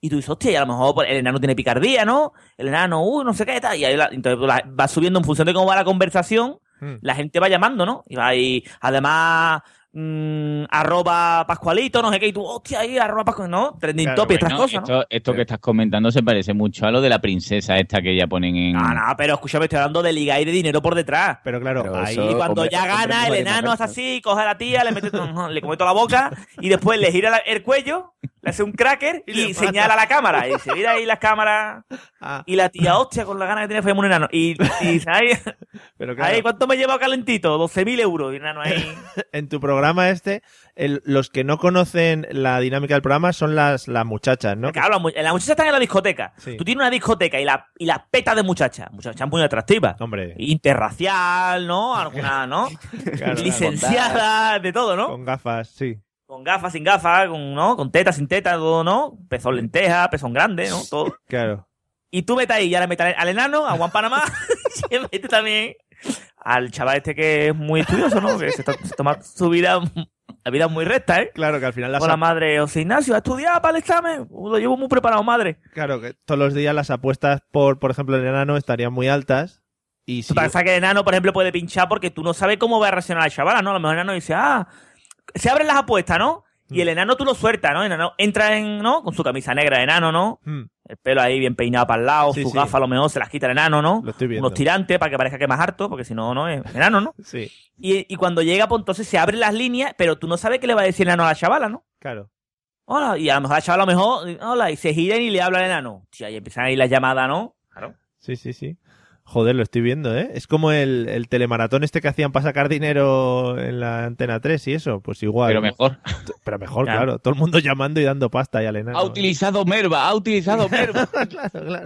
Y tú dices, hostia, y a lo mejor pues, el enano tiene picardía, ¿no? El enano, uy, no sé qué, tal. Y ahí la- entonces pues, la- va subiendo en función de cómo va la conversación.
Mm.
La gente va llamando, ¿no? Y va ahí, además, mm, arroba Pascualito, no sé qué. Y tú, hostia, ahí, arroba Pascualito, ¿no? Trending
Claro,
topic, estas
bueno,
cosas, ¿no?
Esto, esto que estás comentando se parece mucho a lo de la princesa esta que ya ponen en...
Ah, No, no, pero escúchame, estoy hablando de liga y de dinero por detrás.
Pero claro,
Pero
ahí...
eso-
Y cuando
hombre,
ya
hombre,
gana,
no
el
vale
enano
más,
hace así, coge a la tía, le mete, le come toda la boca y después le gira la- el cuello, le hace un cracker y, señala a la cámara. Y dice, mira ahí las cámaras.
ah,
Y la tía, hostia, con la gana que tiene fue un enano. Y, y dice, ay,
claro.
ay, ¿cuánto me lleva calentito? 12.000 euros. Y el enano ahí.
en tu programa este, el- los que no conocen la dinámica del programa son las, las muchachas, ¿no?
Claro, las mu- las muchachas están en la discoteca. Tú tienes una discoteca y la, y la peta de muchachas. Muchachas muy atractivas.
Hombre.
Interracial, ¿no? Alguna, ¿no?
claro.
Licenciada, de todo, ¿no?
Con gafas, sí.
Con gafas, sin gafas, con, ¿no? Con tetas, sin tetas, todo, ¿no? Pezón lenteja, pezón grande, ¿no? Todo.
Claro.
Y tú vete ahí, y ahora mete al- al enano, a Juan Panamá, y mete también al chaval este que es muy estudioso, ¿no? Que se, to- se toma su vida, la vida muy recta, ¿eh?
Claro, que al final la
Con la
sap-
madre, o sea, Ignacio, ¿ha estudiado para el examen? Lo llevo muy preparado, madre.
Claro, que todos los días las apuestas por, por ejemplo, el enano estarían muy altas. Y si
Tú piensas que el enano, por ejemplo, puede pinchar porque tú no sabes cómo va a reaccionar la chavala, ¿no? A lo mejor el enano dice, ah, se abren las apuestas, ¿no? Y el enano tú lo sueltas, ¿no? El enano entra en, ¿no? Con su camisa negra de enano, ¿no?
Mm,
El pelo ahí bien peinado para el lado,
Sí,
su
sí.
gafa a lo mejor se las quita el enano, ¿no?
viendo.
Unos tirantes para que parezca que es más harto, porque si no, no es enano, ¿no?
Sí,
Y, y cuando llega, pues entonces se abren las líneas, pero tú no sabes qué le va a decir el enano a la chavala, ¿no?
claro.
Hola, y a lo mejor la chavala a lo mejor, hola, y se giran y le habla al enano. Tía, y empiezan ahí las llamadas, ¿no? Claro.
Sí, sí, sí. Joder, lo estoy viendo, ¿eh? Es como el, el telemaratón este que hacían para sacar dinero en la antena 3 y eso. Pues igual.
Pero mejor.
Pero mejor,
Claro.
claro. Todo el mundo llamando y dando pasta y al enano.
Ha utilizado merva, ha utilizado merva.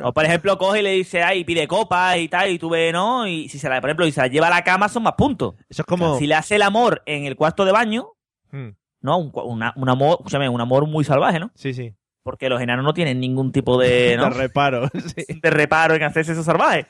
O por ejemplo, coge y le dice, ay, pide copas y tal, y tú ves, ¿no? Y si se la, por ejemplo, si se la lleva a la cama, son más puntos.
Eso es como-
si le hace el amor en el cuarto de baño,
Hmm.
¿no? Un, cua- una- un amor, escúchame, un amor muy salvaje, ¿no?
Sí, sí.
Porque los enanos no tienen ningún tipo de, Eh, ¿no?
De reparo.
de reparo en hacerse esos salvajes.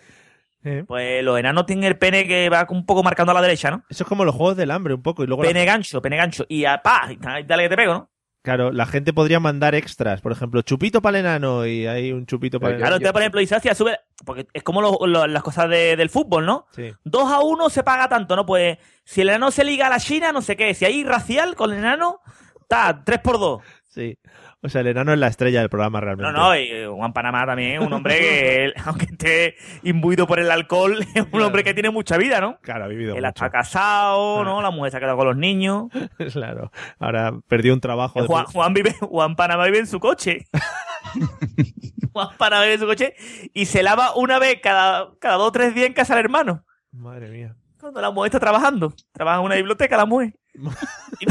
Eh.
Pues los enanos tienen el pene que va un poco marcando a la derecha, ¿no?
Eso es como los juegos del hambre un poco. Y luego la-
Pene gancho, pene gancho. Y a pa, y ta- y dale que te pego, ¿no?
Claro, la gente podría mandar extras. Por ejemplo, chupito para el enano y hay un chupito para el
Claro,
enano.
entonces, por ejemplo, dice, hostia, sube. Porque es como lo- lo- las cosas de- del fútbol, ¿no?
Sí.
2 a 1 se paga tanto, ¿no? Pues si el enano se liga a la China, no sé qué. Si hay racial con el enano, está 3 por 2.
Sí. O sea, el enano es la estrella del programa
No,
realmente.
no, y eh, Juan Panamá también es un hombre que, él, aunque esté imbuido por el alcohol, es un hombre que tiene mucha vida, ¿no?
Claro, ha vivido
Él
mucho.
está casado, ¿no? La mujer se ha quedado con los niños.
Claro. Ahora perdió un trabajo. de-
Juan, Juan vive, Juan Panamá vive en su coche. Juan Panamá vive en su coche y se lava una vez cada, cada dos o tres días en casa del hermano.
Madre mía.
Cuando la mujer está trabajando. Trabaja en una biblioteca la mujer. y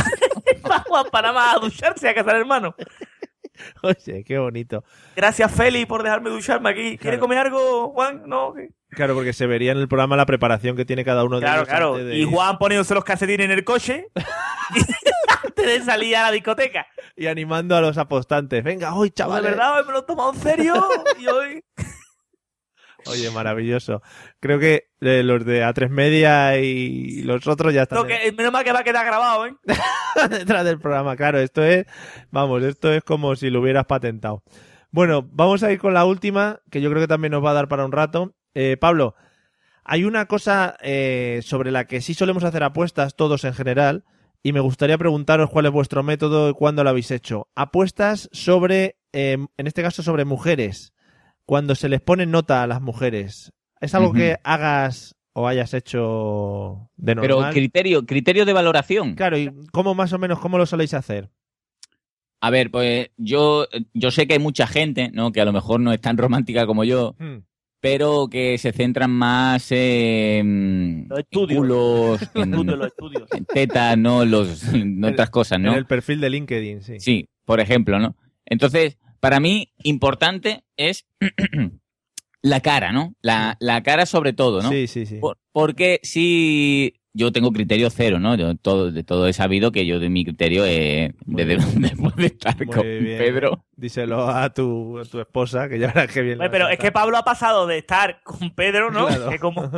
va Juan Panamá a ducharse a casa del hermano.
Oye, qué bonito.
Gracias, Feli, por dejarme ducharme aquí. ¿Quiere
Claro.
comer algo, Juan? No. ¿qué?
Claro, porque se vería en el programa la preparación que tiene cada uno de
Claro,
ellos
claro.
antes de
Y
ir.
Juan poniéndose los calcetines en el coche antes de salir a la discoteca.
Y animando a los apostantes. Venga, hoy,
De
chaval.
verdad, hoy me lo he tomado en serio. Y hoy...
Oye, maravilloso. Creo que eh, los de A3 Media y los otros ya están
Lo que, menos mal que va a quedar grabado, ¿eh?
detrás del programa. Claro, esto es, vamos, esto es como si lo hubieras patentado. Bueno, vamos a ir con la última, que yo creo que también nos va a dar para un rato. Eh, Pablo, hay una cosa eh, sobre la que sí solemos hacer apuestas todos en general, y me gustaría preguntaros cuál es vuestro método y cuándo lo habéis hecho. Apuestas sobre, eh, en este caso, sobre mujeres, cuando se les pone nota a las mujeres. ¿Es algo
Ujú.
que hagas o hayas hecho de normal?
Pero criterio, criterio de valoración.
Claro, ¿y cómo más o menos, cómo lo soléis hacer?
A ver, pues yo, yo sé que hay mucha gente, ¿no? Que a lo mejor no es tan romántica como yo,
Hmm.
pero que se centran más en culos,
Estudio,
en,
los estudios.
en tetas, ¿no? Los, en otras cosas, ¿no?
En el perfil de LinkedIn, sí.
Sí, por ejemplo, ¿no? Entonces, para mí, importante es la cara, ¿no? La, la cara sobre todo, ¿no?
Sí, sí, sí.
Por- porque si yo tengo criterio cero, ¿no? Yo todo, de todo he sabido que yo de mi criterio es desde después de estar con Pedro.
Díselo a tu, a tu esposa, que ya verás que bien.
Oye, pero es que Pablo ha pasado de estar con Pedro, ¿no?
Claro.
Que como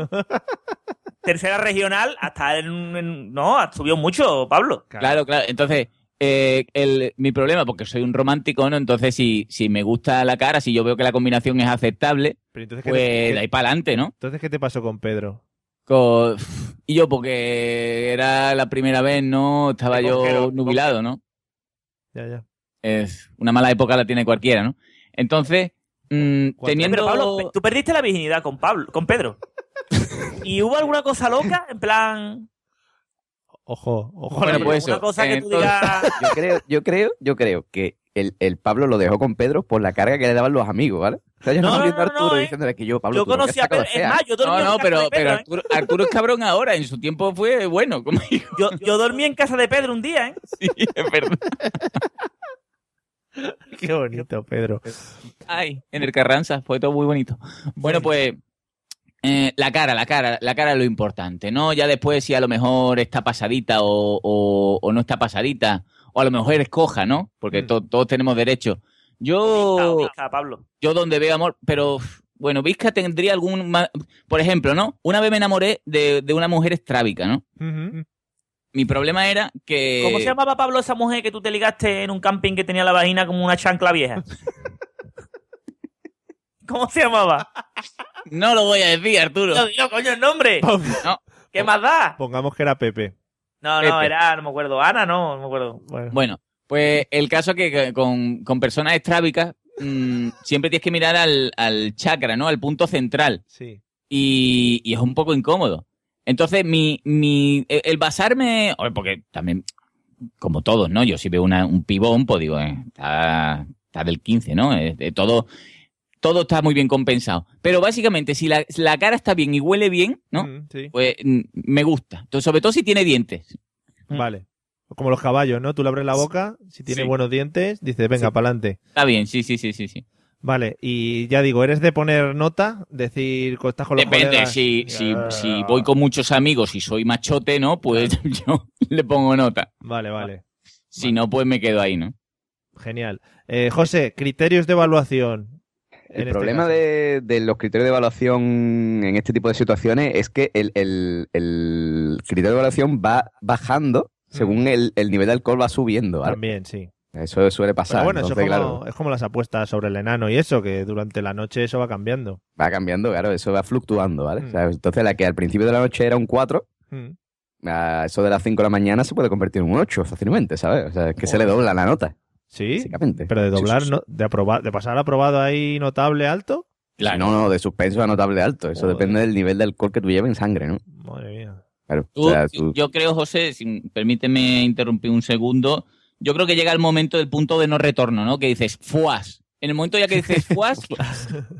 tercera regional hasta en, en- no, ha subido mucho, Pablo.
Claro, claro. Entonces, eh, el- mi problema, porque soy un romántico, ¿no? Entonces, si, si me gusta la cara, si yo veo que la combinación es aceptable,
Pero entonces, ¿qué
pues
te- qué-
de ahí para adelante, ¿no?
Entonces, ¿qué te pasó con Pedro?
Co- Y yo, porque era la primera vez, ¿no? Estaba
Te cogieron,
yo
te
nubilado, ¿no?
Ya, ya.
Es una mala época la tiene cualquiera, ¿no? Entonces, mm, teniendo...
Pero Pablo, pe- tú perdiste la virginidad con Pablo, con Pedro. ¿Y hubo alguna cosa loca? En plan,
Ojo, ojo.
Bueno,
ahí.
pues eso. Entonces, yo creo, yo creo, yo creo que el, el Pablo lo dejó con Pedro por la carga que le daban los amigos, ¿vale? O sea, yo
No,
estaba
no,
viendo a
no, no,
Arturo
eh.
diciéndole que yo, Pablo,
Yo
tú lo que
conocí a
sacas
Pedro.
lo
Es
sea.
más, yo dormí
No,
en
no,
casa
pero,
de
pero
Pedro, ¿eh?
Arturo, Arturo es cabrón ahora. En su tiempo fue bueno conmigo.
Yo, yo dormí en casa de Pedro un día, ¿eh?
Sí, es verdad.
Qué bonito, Pedro.
pues, Ay, en el Carranza, fue todo muy bonito. Bueno, pues eh, la cara, la cara, la cara es lo importante, ¿no? Ya después si a lo mejor está pasadita o, o- o no está pasadita, o a lo mejor escoja, ¿no?
Mm.
Porque to- todos tenemos derecho. Yo...
Oh.
Pablo.
Yo donde veo amor, pero uf, bueno, Vizca tendría algún... ma- Por ejemplo, ¿no? Una vez me enamoré de, de una mujer estrábica, ¿no? mm. Mi problema era que...
Eh,
¿Cómo se llamaba Pablo esa mujer que tú te ligaste en un camping que tenía la vagina como una chancla vieja? ¿Cómo se llamaba?
No lo voy a decir, Arturo.
No, digo, coño, el nombre. ¿Qué más da?
Pongamos que era Pepe.
No, no,
Pepe.
era, no me acuerdo. Ana, no, no me acuerdo.
Bueno, pues el caso es que- que con, con personas estrábicas mm, siempre tienes que mirar al, al chakra, ¿no? Al punto central.
Sí.
Y, y es un poco incómodo. Entonces, mi, mi, el- el basarme, hombre, porque también, como todos, ¿no? Yo si veo una- un pibón, pues digo, eh, está, está del 15, ¿no? Eh, de todo, todo está muy bien compensado. Pero básicamente, si la, la cara está bien y huele bien, ¿no? Pues mm, me gusta. Entonces, sobre todo si tiene dientes.
Vale. Como los caballos, ¿no? Tú le abres la boca, si tiene
Pues, mm. Sí.
buenos dientes, dices, venga,
Sí.
pa'lante.
Está bien, sí, sí, sí, sí, sí.
Vale, y ya digo, ¿eres de poner nota? Decir, co- estás con los
Depende,
colegas.
si, si, si voy con muchos amigos y soy machote, ¿no? Pues yo le pongo nota.
Vale, vale.
Si no, pues me quedo ahí, ¿no?
Genial. Eh, José, criterios de evaluación.
El
en este
problema de, de los criterios de evaluación en este tipo de situaciones es que el, el- el criterio de evaluación va bajando según el, el nivel de alcohol va subiendo. ¿vale?
Mm. También, sí.
Eso suele
Pero
pasar.
bueno, eso
entonces,
es como,
claro,
es como las apuestas sobre el enano y eso, que durante la noche eso va cambiando.
va cambiando, claro, eso va fluctuando, ¿vale? O sea, entonces la que al principio de la noche era un 4,
Mm.
a eso de las 5 de la mañana se puede convertir en un 8 fácilmente, ¿sabes? O sea, es que se le dobla la nota.
Sí,
básicamente.
pero de
Sí, sí,
doblar,
sí.
no- de, aprobar, de pasar aprobado ahí notable alto.
No, no, de suspenso a notable alto. Eso
Joder.
depende del nivel de alcohol que tú lleves en sangre, ¿no?
Madre mía.
Claro,
Tú-
o sea, tú-
Yo creo, José, si permíteme interrumpir un segundo. Yo creo que llega el momento del punto de no retorno, ¿no? Que dices, fuas. En el momento ya que dices fuas,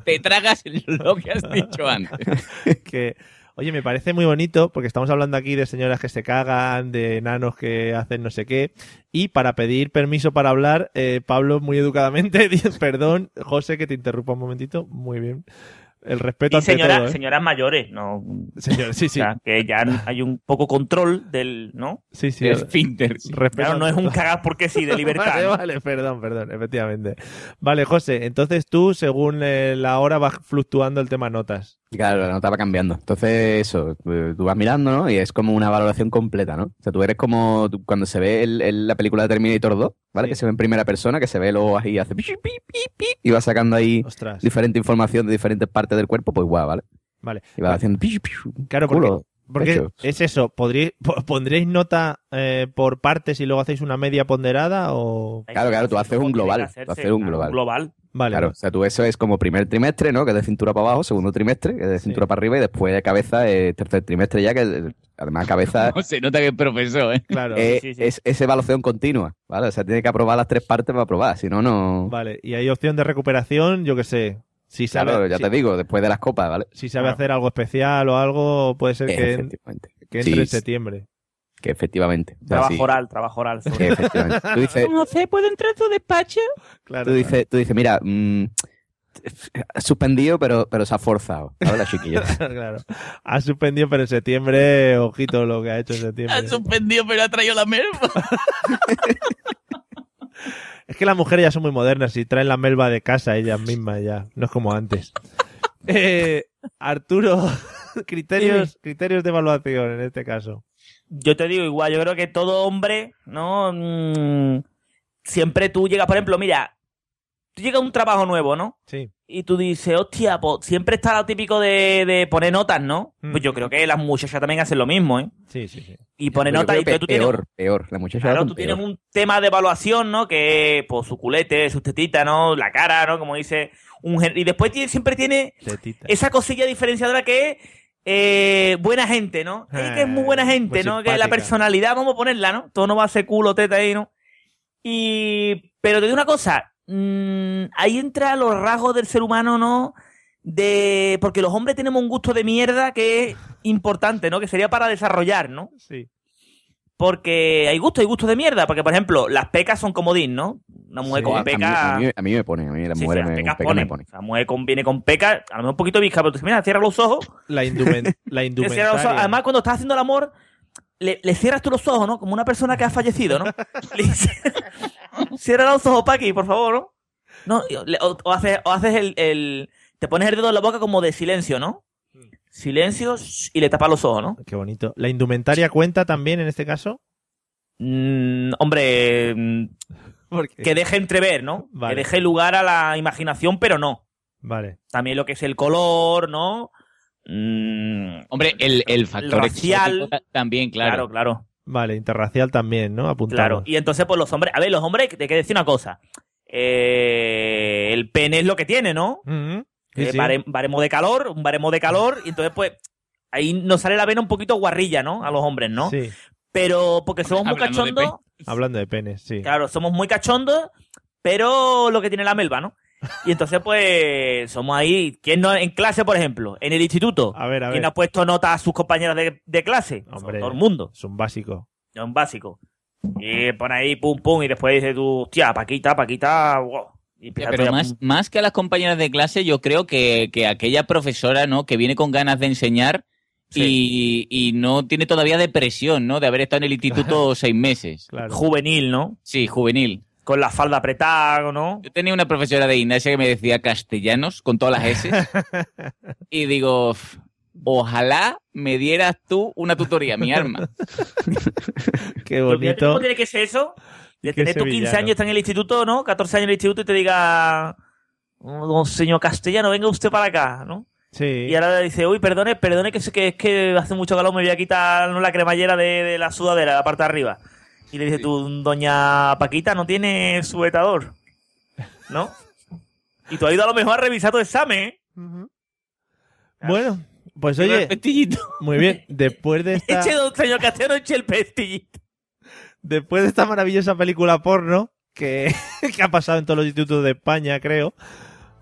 te tragas lo que has dicho antes.
que, oye, me parece muy bonito porque estamos hablando aquí de señoras que se cagan, de enanos que hacen no sé qué. Y para pedir permiso para hablar, eh, Pablo muy educadamente dice, perdón, José, que te interrumpa un momentito. Muy bien. El respeto
Y
ante
señora-
todo, ¿eh?
señoras mayores, ¿no?
Señor- sí, sí.
O sea, que ya hay un poco control del, ¿no?
Sí, sí.
Del
esfínter.
Respeto
Claro, no es
ante
un
todo.
cagar porque sí, de libertad.
Vale,
¿no?
vale, perdón, perdón, efectivamente. Vale, José, entonces tú, según eh, la hora, vas fluctuando el tema notas.
Claro, la nota va cambiando. Entonces, eso, eh, tú vas mirando, ¿no? Y es como una valoración completa, ¿no? O sea, tú eres como tú- cuando se ve el- el- la película de Terminator 2, ¿vale? Que se ve en primera persona, que se ve luego ahí, hace pi, pi, pi, pi, y va sacando ahí
Ostras.
diferente información de diferentes partes del cuerpo, pues guau, ¿vale?
Vale.
Y va haciendo pi, pi,
Claro, porque,
culo,
porque
pecho.
es eso. ¿podríais- po- ¿Pondréis nota eh, por partes y luego hacéis una media ponderada o...?
Claro, claro, tú haces un global. Tú haces un global.
Vale.
Claro, o sea, tú eso es como primer trimestre, ¿no? Que es de cintura para abajo, segundo trimestre, que es de cintura para arriba, y después de cabeza, eh, tercer trimestre ya, que eh, además cabeza
No, se nota que es profesor, ¿eh?
Claro.
eh, es, es evaluación continua, ¿vale? O sea, tiene que aprobar las tres partes para aprobar, si no, no...
Vale, y hay opción de recuperación, yo que sé. Si sabe,
Claro, ya
si,
te digo, después de las copas, ¿vale?
si sabe hacer algo especial o algo, puede ser que, en-
Efectivamente.
que entre en
Sí,
septiembre.
Que efectivamente. O sea,
Trabajo
sí,
oral, trabajo oral. sobre
que
todo.
efectivamente. Tú dices,
José, ¿puedo entrar a tu despacho?
tú dices, tú dices, mira, mm, suspendido, pero, pero se ha forzado, ¿sabes? La chiquilla.
claro. Ha suspendido, pero en septiembre, ojito lo que ha hecho en septiembre.
Ha suspendido, pero ha traído la merma.
Es que las mujeres ya son muy modernas y traen la melva de casa ellas mismas ya. No es como antes. Eh, Arturo, criterios, criterios de evaluación en este caso.
yo te digo igual, yo creo que todo hombre, ¿no? Mm, siempre tú llegas, por ejemplo, mira, tú llegas a un trabajo nuevo, ¿no?
Sí.
Y tú dices, hostia, pues siempre está lo típico de, de poner notas, ¿no?
Mm.
Pues yo creo que las muchachas también hacen lo mismo, ¿eh?
Sí, sí, sí.
Y poner
Yo
notas y
creo que
pero tú tienes,
peor, peor. La muchacha
claro,
va con
tú tienes
peor.
un tema de evaluación, ¿no? Que, pues, su culete, su tetita, ¿no? La cara, ¿no? Como dice un gen- Y después tiene- siempre tiene
Tetita.
esa cosilla diferenciadora que es eh, buena gente, ¿no? Es que es muy
Eh,
buena gente,
muy
¿no? Que la
simpática.
personalidad, vamos a ponerla, ¿no? Todo no va a ser culo, teta ahí, ¿no? Y. Pero te digo una cosa. mm, ahí entra los rasgos del ser humano, ¿no? De. Porque los hombres tenemos un gusto de mierda que es importante, ¿no? Que sería para desarrollar, ¿no?
Sí.
Porque hay gustos, hay gustos de mierda. Porque, por ejemplo, las pecas son comodín, ¿no? Una mujer
A-
con
a, mí,
peca.
a mí- a mí me ponen, a mí las
Sí,
mujeres
sí, las
me,
pecas
con peca me
ponen.
ponen.
La mujer con- viene con peca, a lo mejor un poquito visca, pero tú dices, mira, cierra los ojos.
La, indumen- la
te
indumentaria.
cierra los ojos. Además, cuando estás haciendo el amor, le, le cierras tú los ojos, ¿no? Como una persona que ha fallecido, ¿no? Le dices, cierra los ojos, Paqui, por favor, ¿no? No, y- le- o, o haces, o haces el, el- Te pones el dedo en la boca como de silencio, ¿no? Silencio shh, y le tapas los ojos, ¿no?
Qué bonito. ¿La indumentaria cuenta también en este caso?
Mm, hombre, mm, que deje entrever, ¿no?
Vale.
Que deje lugar a la imaginación, pero no.
Vale.
También lo que es el color, ¿no? Mm,
Hombre, el, el factor
Racial.
exótico ta- también, claro.
Claro, claro.
Vale, interracial también, ¿no?
Claro.
Apuntado.
Y entonces, pues los hombres. A ver, los hombres, te hay que decir una cosa. Eh, el pene es lo que tiene, ¿no?
Mm, Sí,
Eh,
sí.
bare- baremo de calor, un baremo de calor. Y entonces, pues, ahí nos sale la vena un poquito guarrilla, ¿no? A los hombres, ¿no?
Sí.
Pero porque somos muy
Hablando de
cachondos.
Hablando de penes, sí.
Claro, somos muy cachondos, pero lo que tiene la melva, ¿no? Y entonces, pues, somos ahí. ¿Quién no? En clase, por ejemplo, en el instituto.
A ver, a
¿Quién
ver.
ha puesto nota a sus compañeros de, de clase?
Hombre,
Todo el mundo.
Es un básico.
Es un básico. Y pon ahí, pum, pum, y después dices tú, hostia, Paquita, Paquita, wow. Y
Ya,
empieza
Pero
todo ya,
más, más que a las compañeras de clase, yo creo que, que aquella profesora, ¿no? Que viene con ganas de enseñar y, y no tiene todavía depresión, ¿no? De haber estado en el instituto seis meses.
Juvenil, ¿no?
Sí, juvenil.
Con la falda apretada, ¿no?
Yo tenía una profesora de gimnasia que me decía castellanos con todas las S. y digo, "Uf, ojalá me dieras tú una tutoría, mi arma.
Qué
Pero fíjate ¿Cómo
bonito.
tiene que ser eso? De
Qué
tener tú 15
sevillano.
años, estás en el instituto, ¿no? 14 años en el instituto y te diga, "Oh, don señor Castellano, venga usted para acá, ¿no?
Sí.
Y ahora le dice, uy, perdone, perdone, que, es- que es que hace mucho calor, me voy a quitar ¿no? la cremallera de, de la sudadera, la parte de arriba. Y le dice, tú, doña Paquita, no tiene sujetador, ¿no? Y tú has ido a lo mejor a revisar tu examen, ¿eh?
Bueno, pues
Pero
oye,
el pestillito.
muy bien. Después de esta,
Eche, don señor Castellano, eche el pestillito.
después de esta maravillosa película porno que, que ha pasado en todos los institutos de España, creo,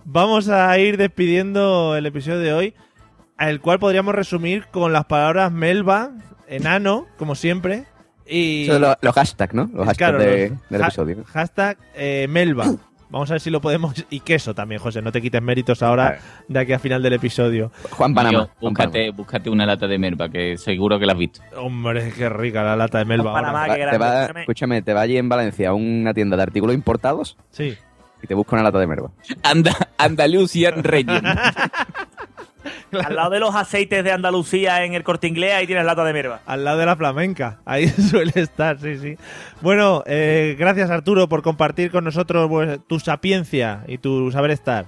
vamos a ir despidiendo el episodio de hoy, el cual podríamos resumir con las palabras melva, enano, como siempre, y
Eso de lo- los hashtags, ¿no? Los hashtags
Claro,
de-
los-
del
ha-
episodio.
Hashtag eh, Melba. Vamos a ver si lo podemos. Y queso también, José. No te quites méritos ahora de aquí a final del episodio.
Juan
Yo, búscate, búscate una lata de merva, que seguro que la has visto.
Hombre, qué rica la lata de Melba. ahora.
Panamá,
Va-
qué
te
grande,
va-
escúchame.
escúchame, te va allí en Valencia a una tienda de artículos importados
Sí.
y te busca una lata de merva.
Anda, Andalucía Region.
Al lado de los aceites de Andalucía en el corte inglés, ahí tienes lata de merva.
Al lado de la flamenca. Ahí suele estar, sí, sí. Bueno, eh, gracias Arturo por compartir con nosotros pues, tu sapiencia y tu saber estar.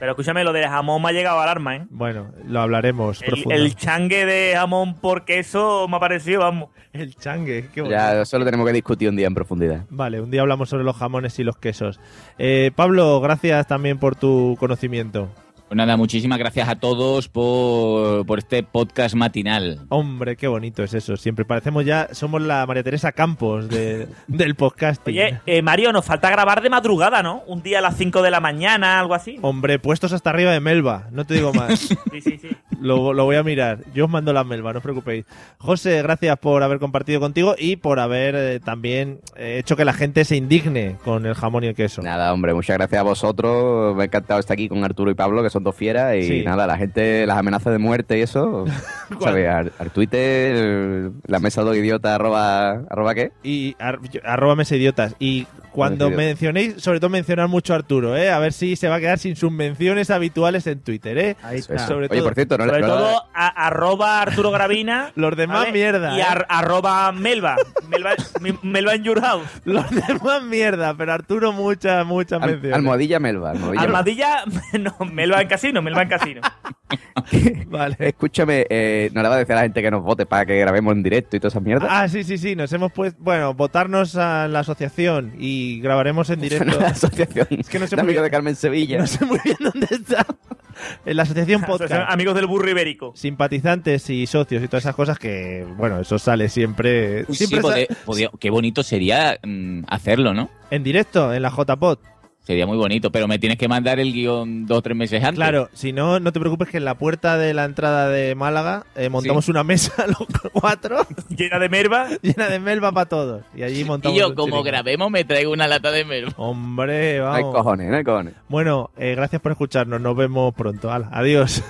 Pero escúchame, lo de jamón me ha llegado al arma, ¿eh?
Bueno, lo hablaremos
El,
profundo.
el changue de jamón por queso me ha parecido, vamos.
El changue, qué
Ya, eso lo tenemos que discutir un día en profundidad.
Vale, un día hablamos sobre los jamones y los quesos. Eh, Pablo, gracias también por tu conocimiento.
Pues nada, muchísimas gracias a todos por, por este podcast matinal.
Hombre, qué bonito es eso. Siempre parecemos ya, somos la María Teresa Campos de- del podcasting.
Oye, eh, Mario, nos falta grabar de madrugada, ¿no? Un día a las 5 de la mañana, algo así.
Hombre, puestos hasta arriba de Melba, no te digo más.
Sí, sí, sí.
lo, lo voy a mirar. Yo os mando la Melba, no os preocupéis. José, gracias por haber compartido contigo y por haber eh, también eh, hecho que la gente se indigne con el jamón y el queso.
Nada, hombre, muchas gracias a vosotros. Me ha encantado estar aquí con Arturo y Pablo, que son dos fieras. Y
Sí.
nada, la gente, las amenazas de muerte y eso. ¿Sabes? Al, al Twitter, la mesa de los idiotas, arroba, arroba qué.
Y ar- yo- arroba mesa idiotas. Y cuando
Mesa Idiotas.
mencionéis, sobre todo mencionar mucho a Arturo, ¿eh? A ver si se va a quedar sin sus menciones habituales en Twitter, ¿eh?
Ahí
está. Sobre
Oye,
todo-
por cierto, no, le-
Sobre
no le-
todo, a- arroba Arturo Gravina.
Los demás
¿vale?
mierda.
Y
¿eh?
ar- arroba Melva. Melva, mi- Melva en your house.
Los demás mierda, pero Arturo muchas, muchas
Al-
menciones.
almohadilla Melba. almohadilla Melba.
Armadilla, no, Melva en casino, Melva en casino.
Vale.
Escúchame, eh, no le va a decir a la gente que nos vote para que grabemos en directo y todas esas mierdas.
Ah, sí, sí, sí, nos hemos puesto... Bueno, votarnos a la asociación y grabaremos en directo.
la asociación
que no sé
de
muy
amigos
bien.
de Carmen Sevilla.
No sé muy bien dónde está. En la Asociación Podcast.
Asociación ah. Amigos del Burro Ibérico.
Simpatizantes y socios y todas esas cosas que, bueno, eso sale siempre.
Uy, sí,
siempre
pode-
sa-
podía- qué bonito sería mm, hacerlo, ¿no?
En directo, en la JPod.
Sería muy bonito, pero me tienes que mandar el guión dos o tres meses antes.
Claro, si no, no te preocupes que en la puerta de la entrada de Málaga eh, montamos
Sí.
una mesa los cuatro
llena de merva,
llena de melva para todos y allí montamos.
Y yo,
un
como
chiringuito.
grabemos, me traigo una lata de merma.
Hombre,
No hay
vamos.
cojones, no hay cojones.
Bueno, eh, gracias por escucharnos. Nos vemos pronto. Hala, adiós.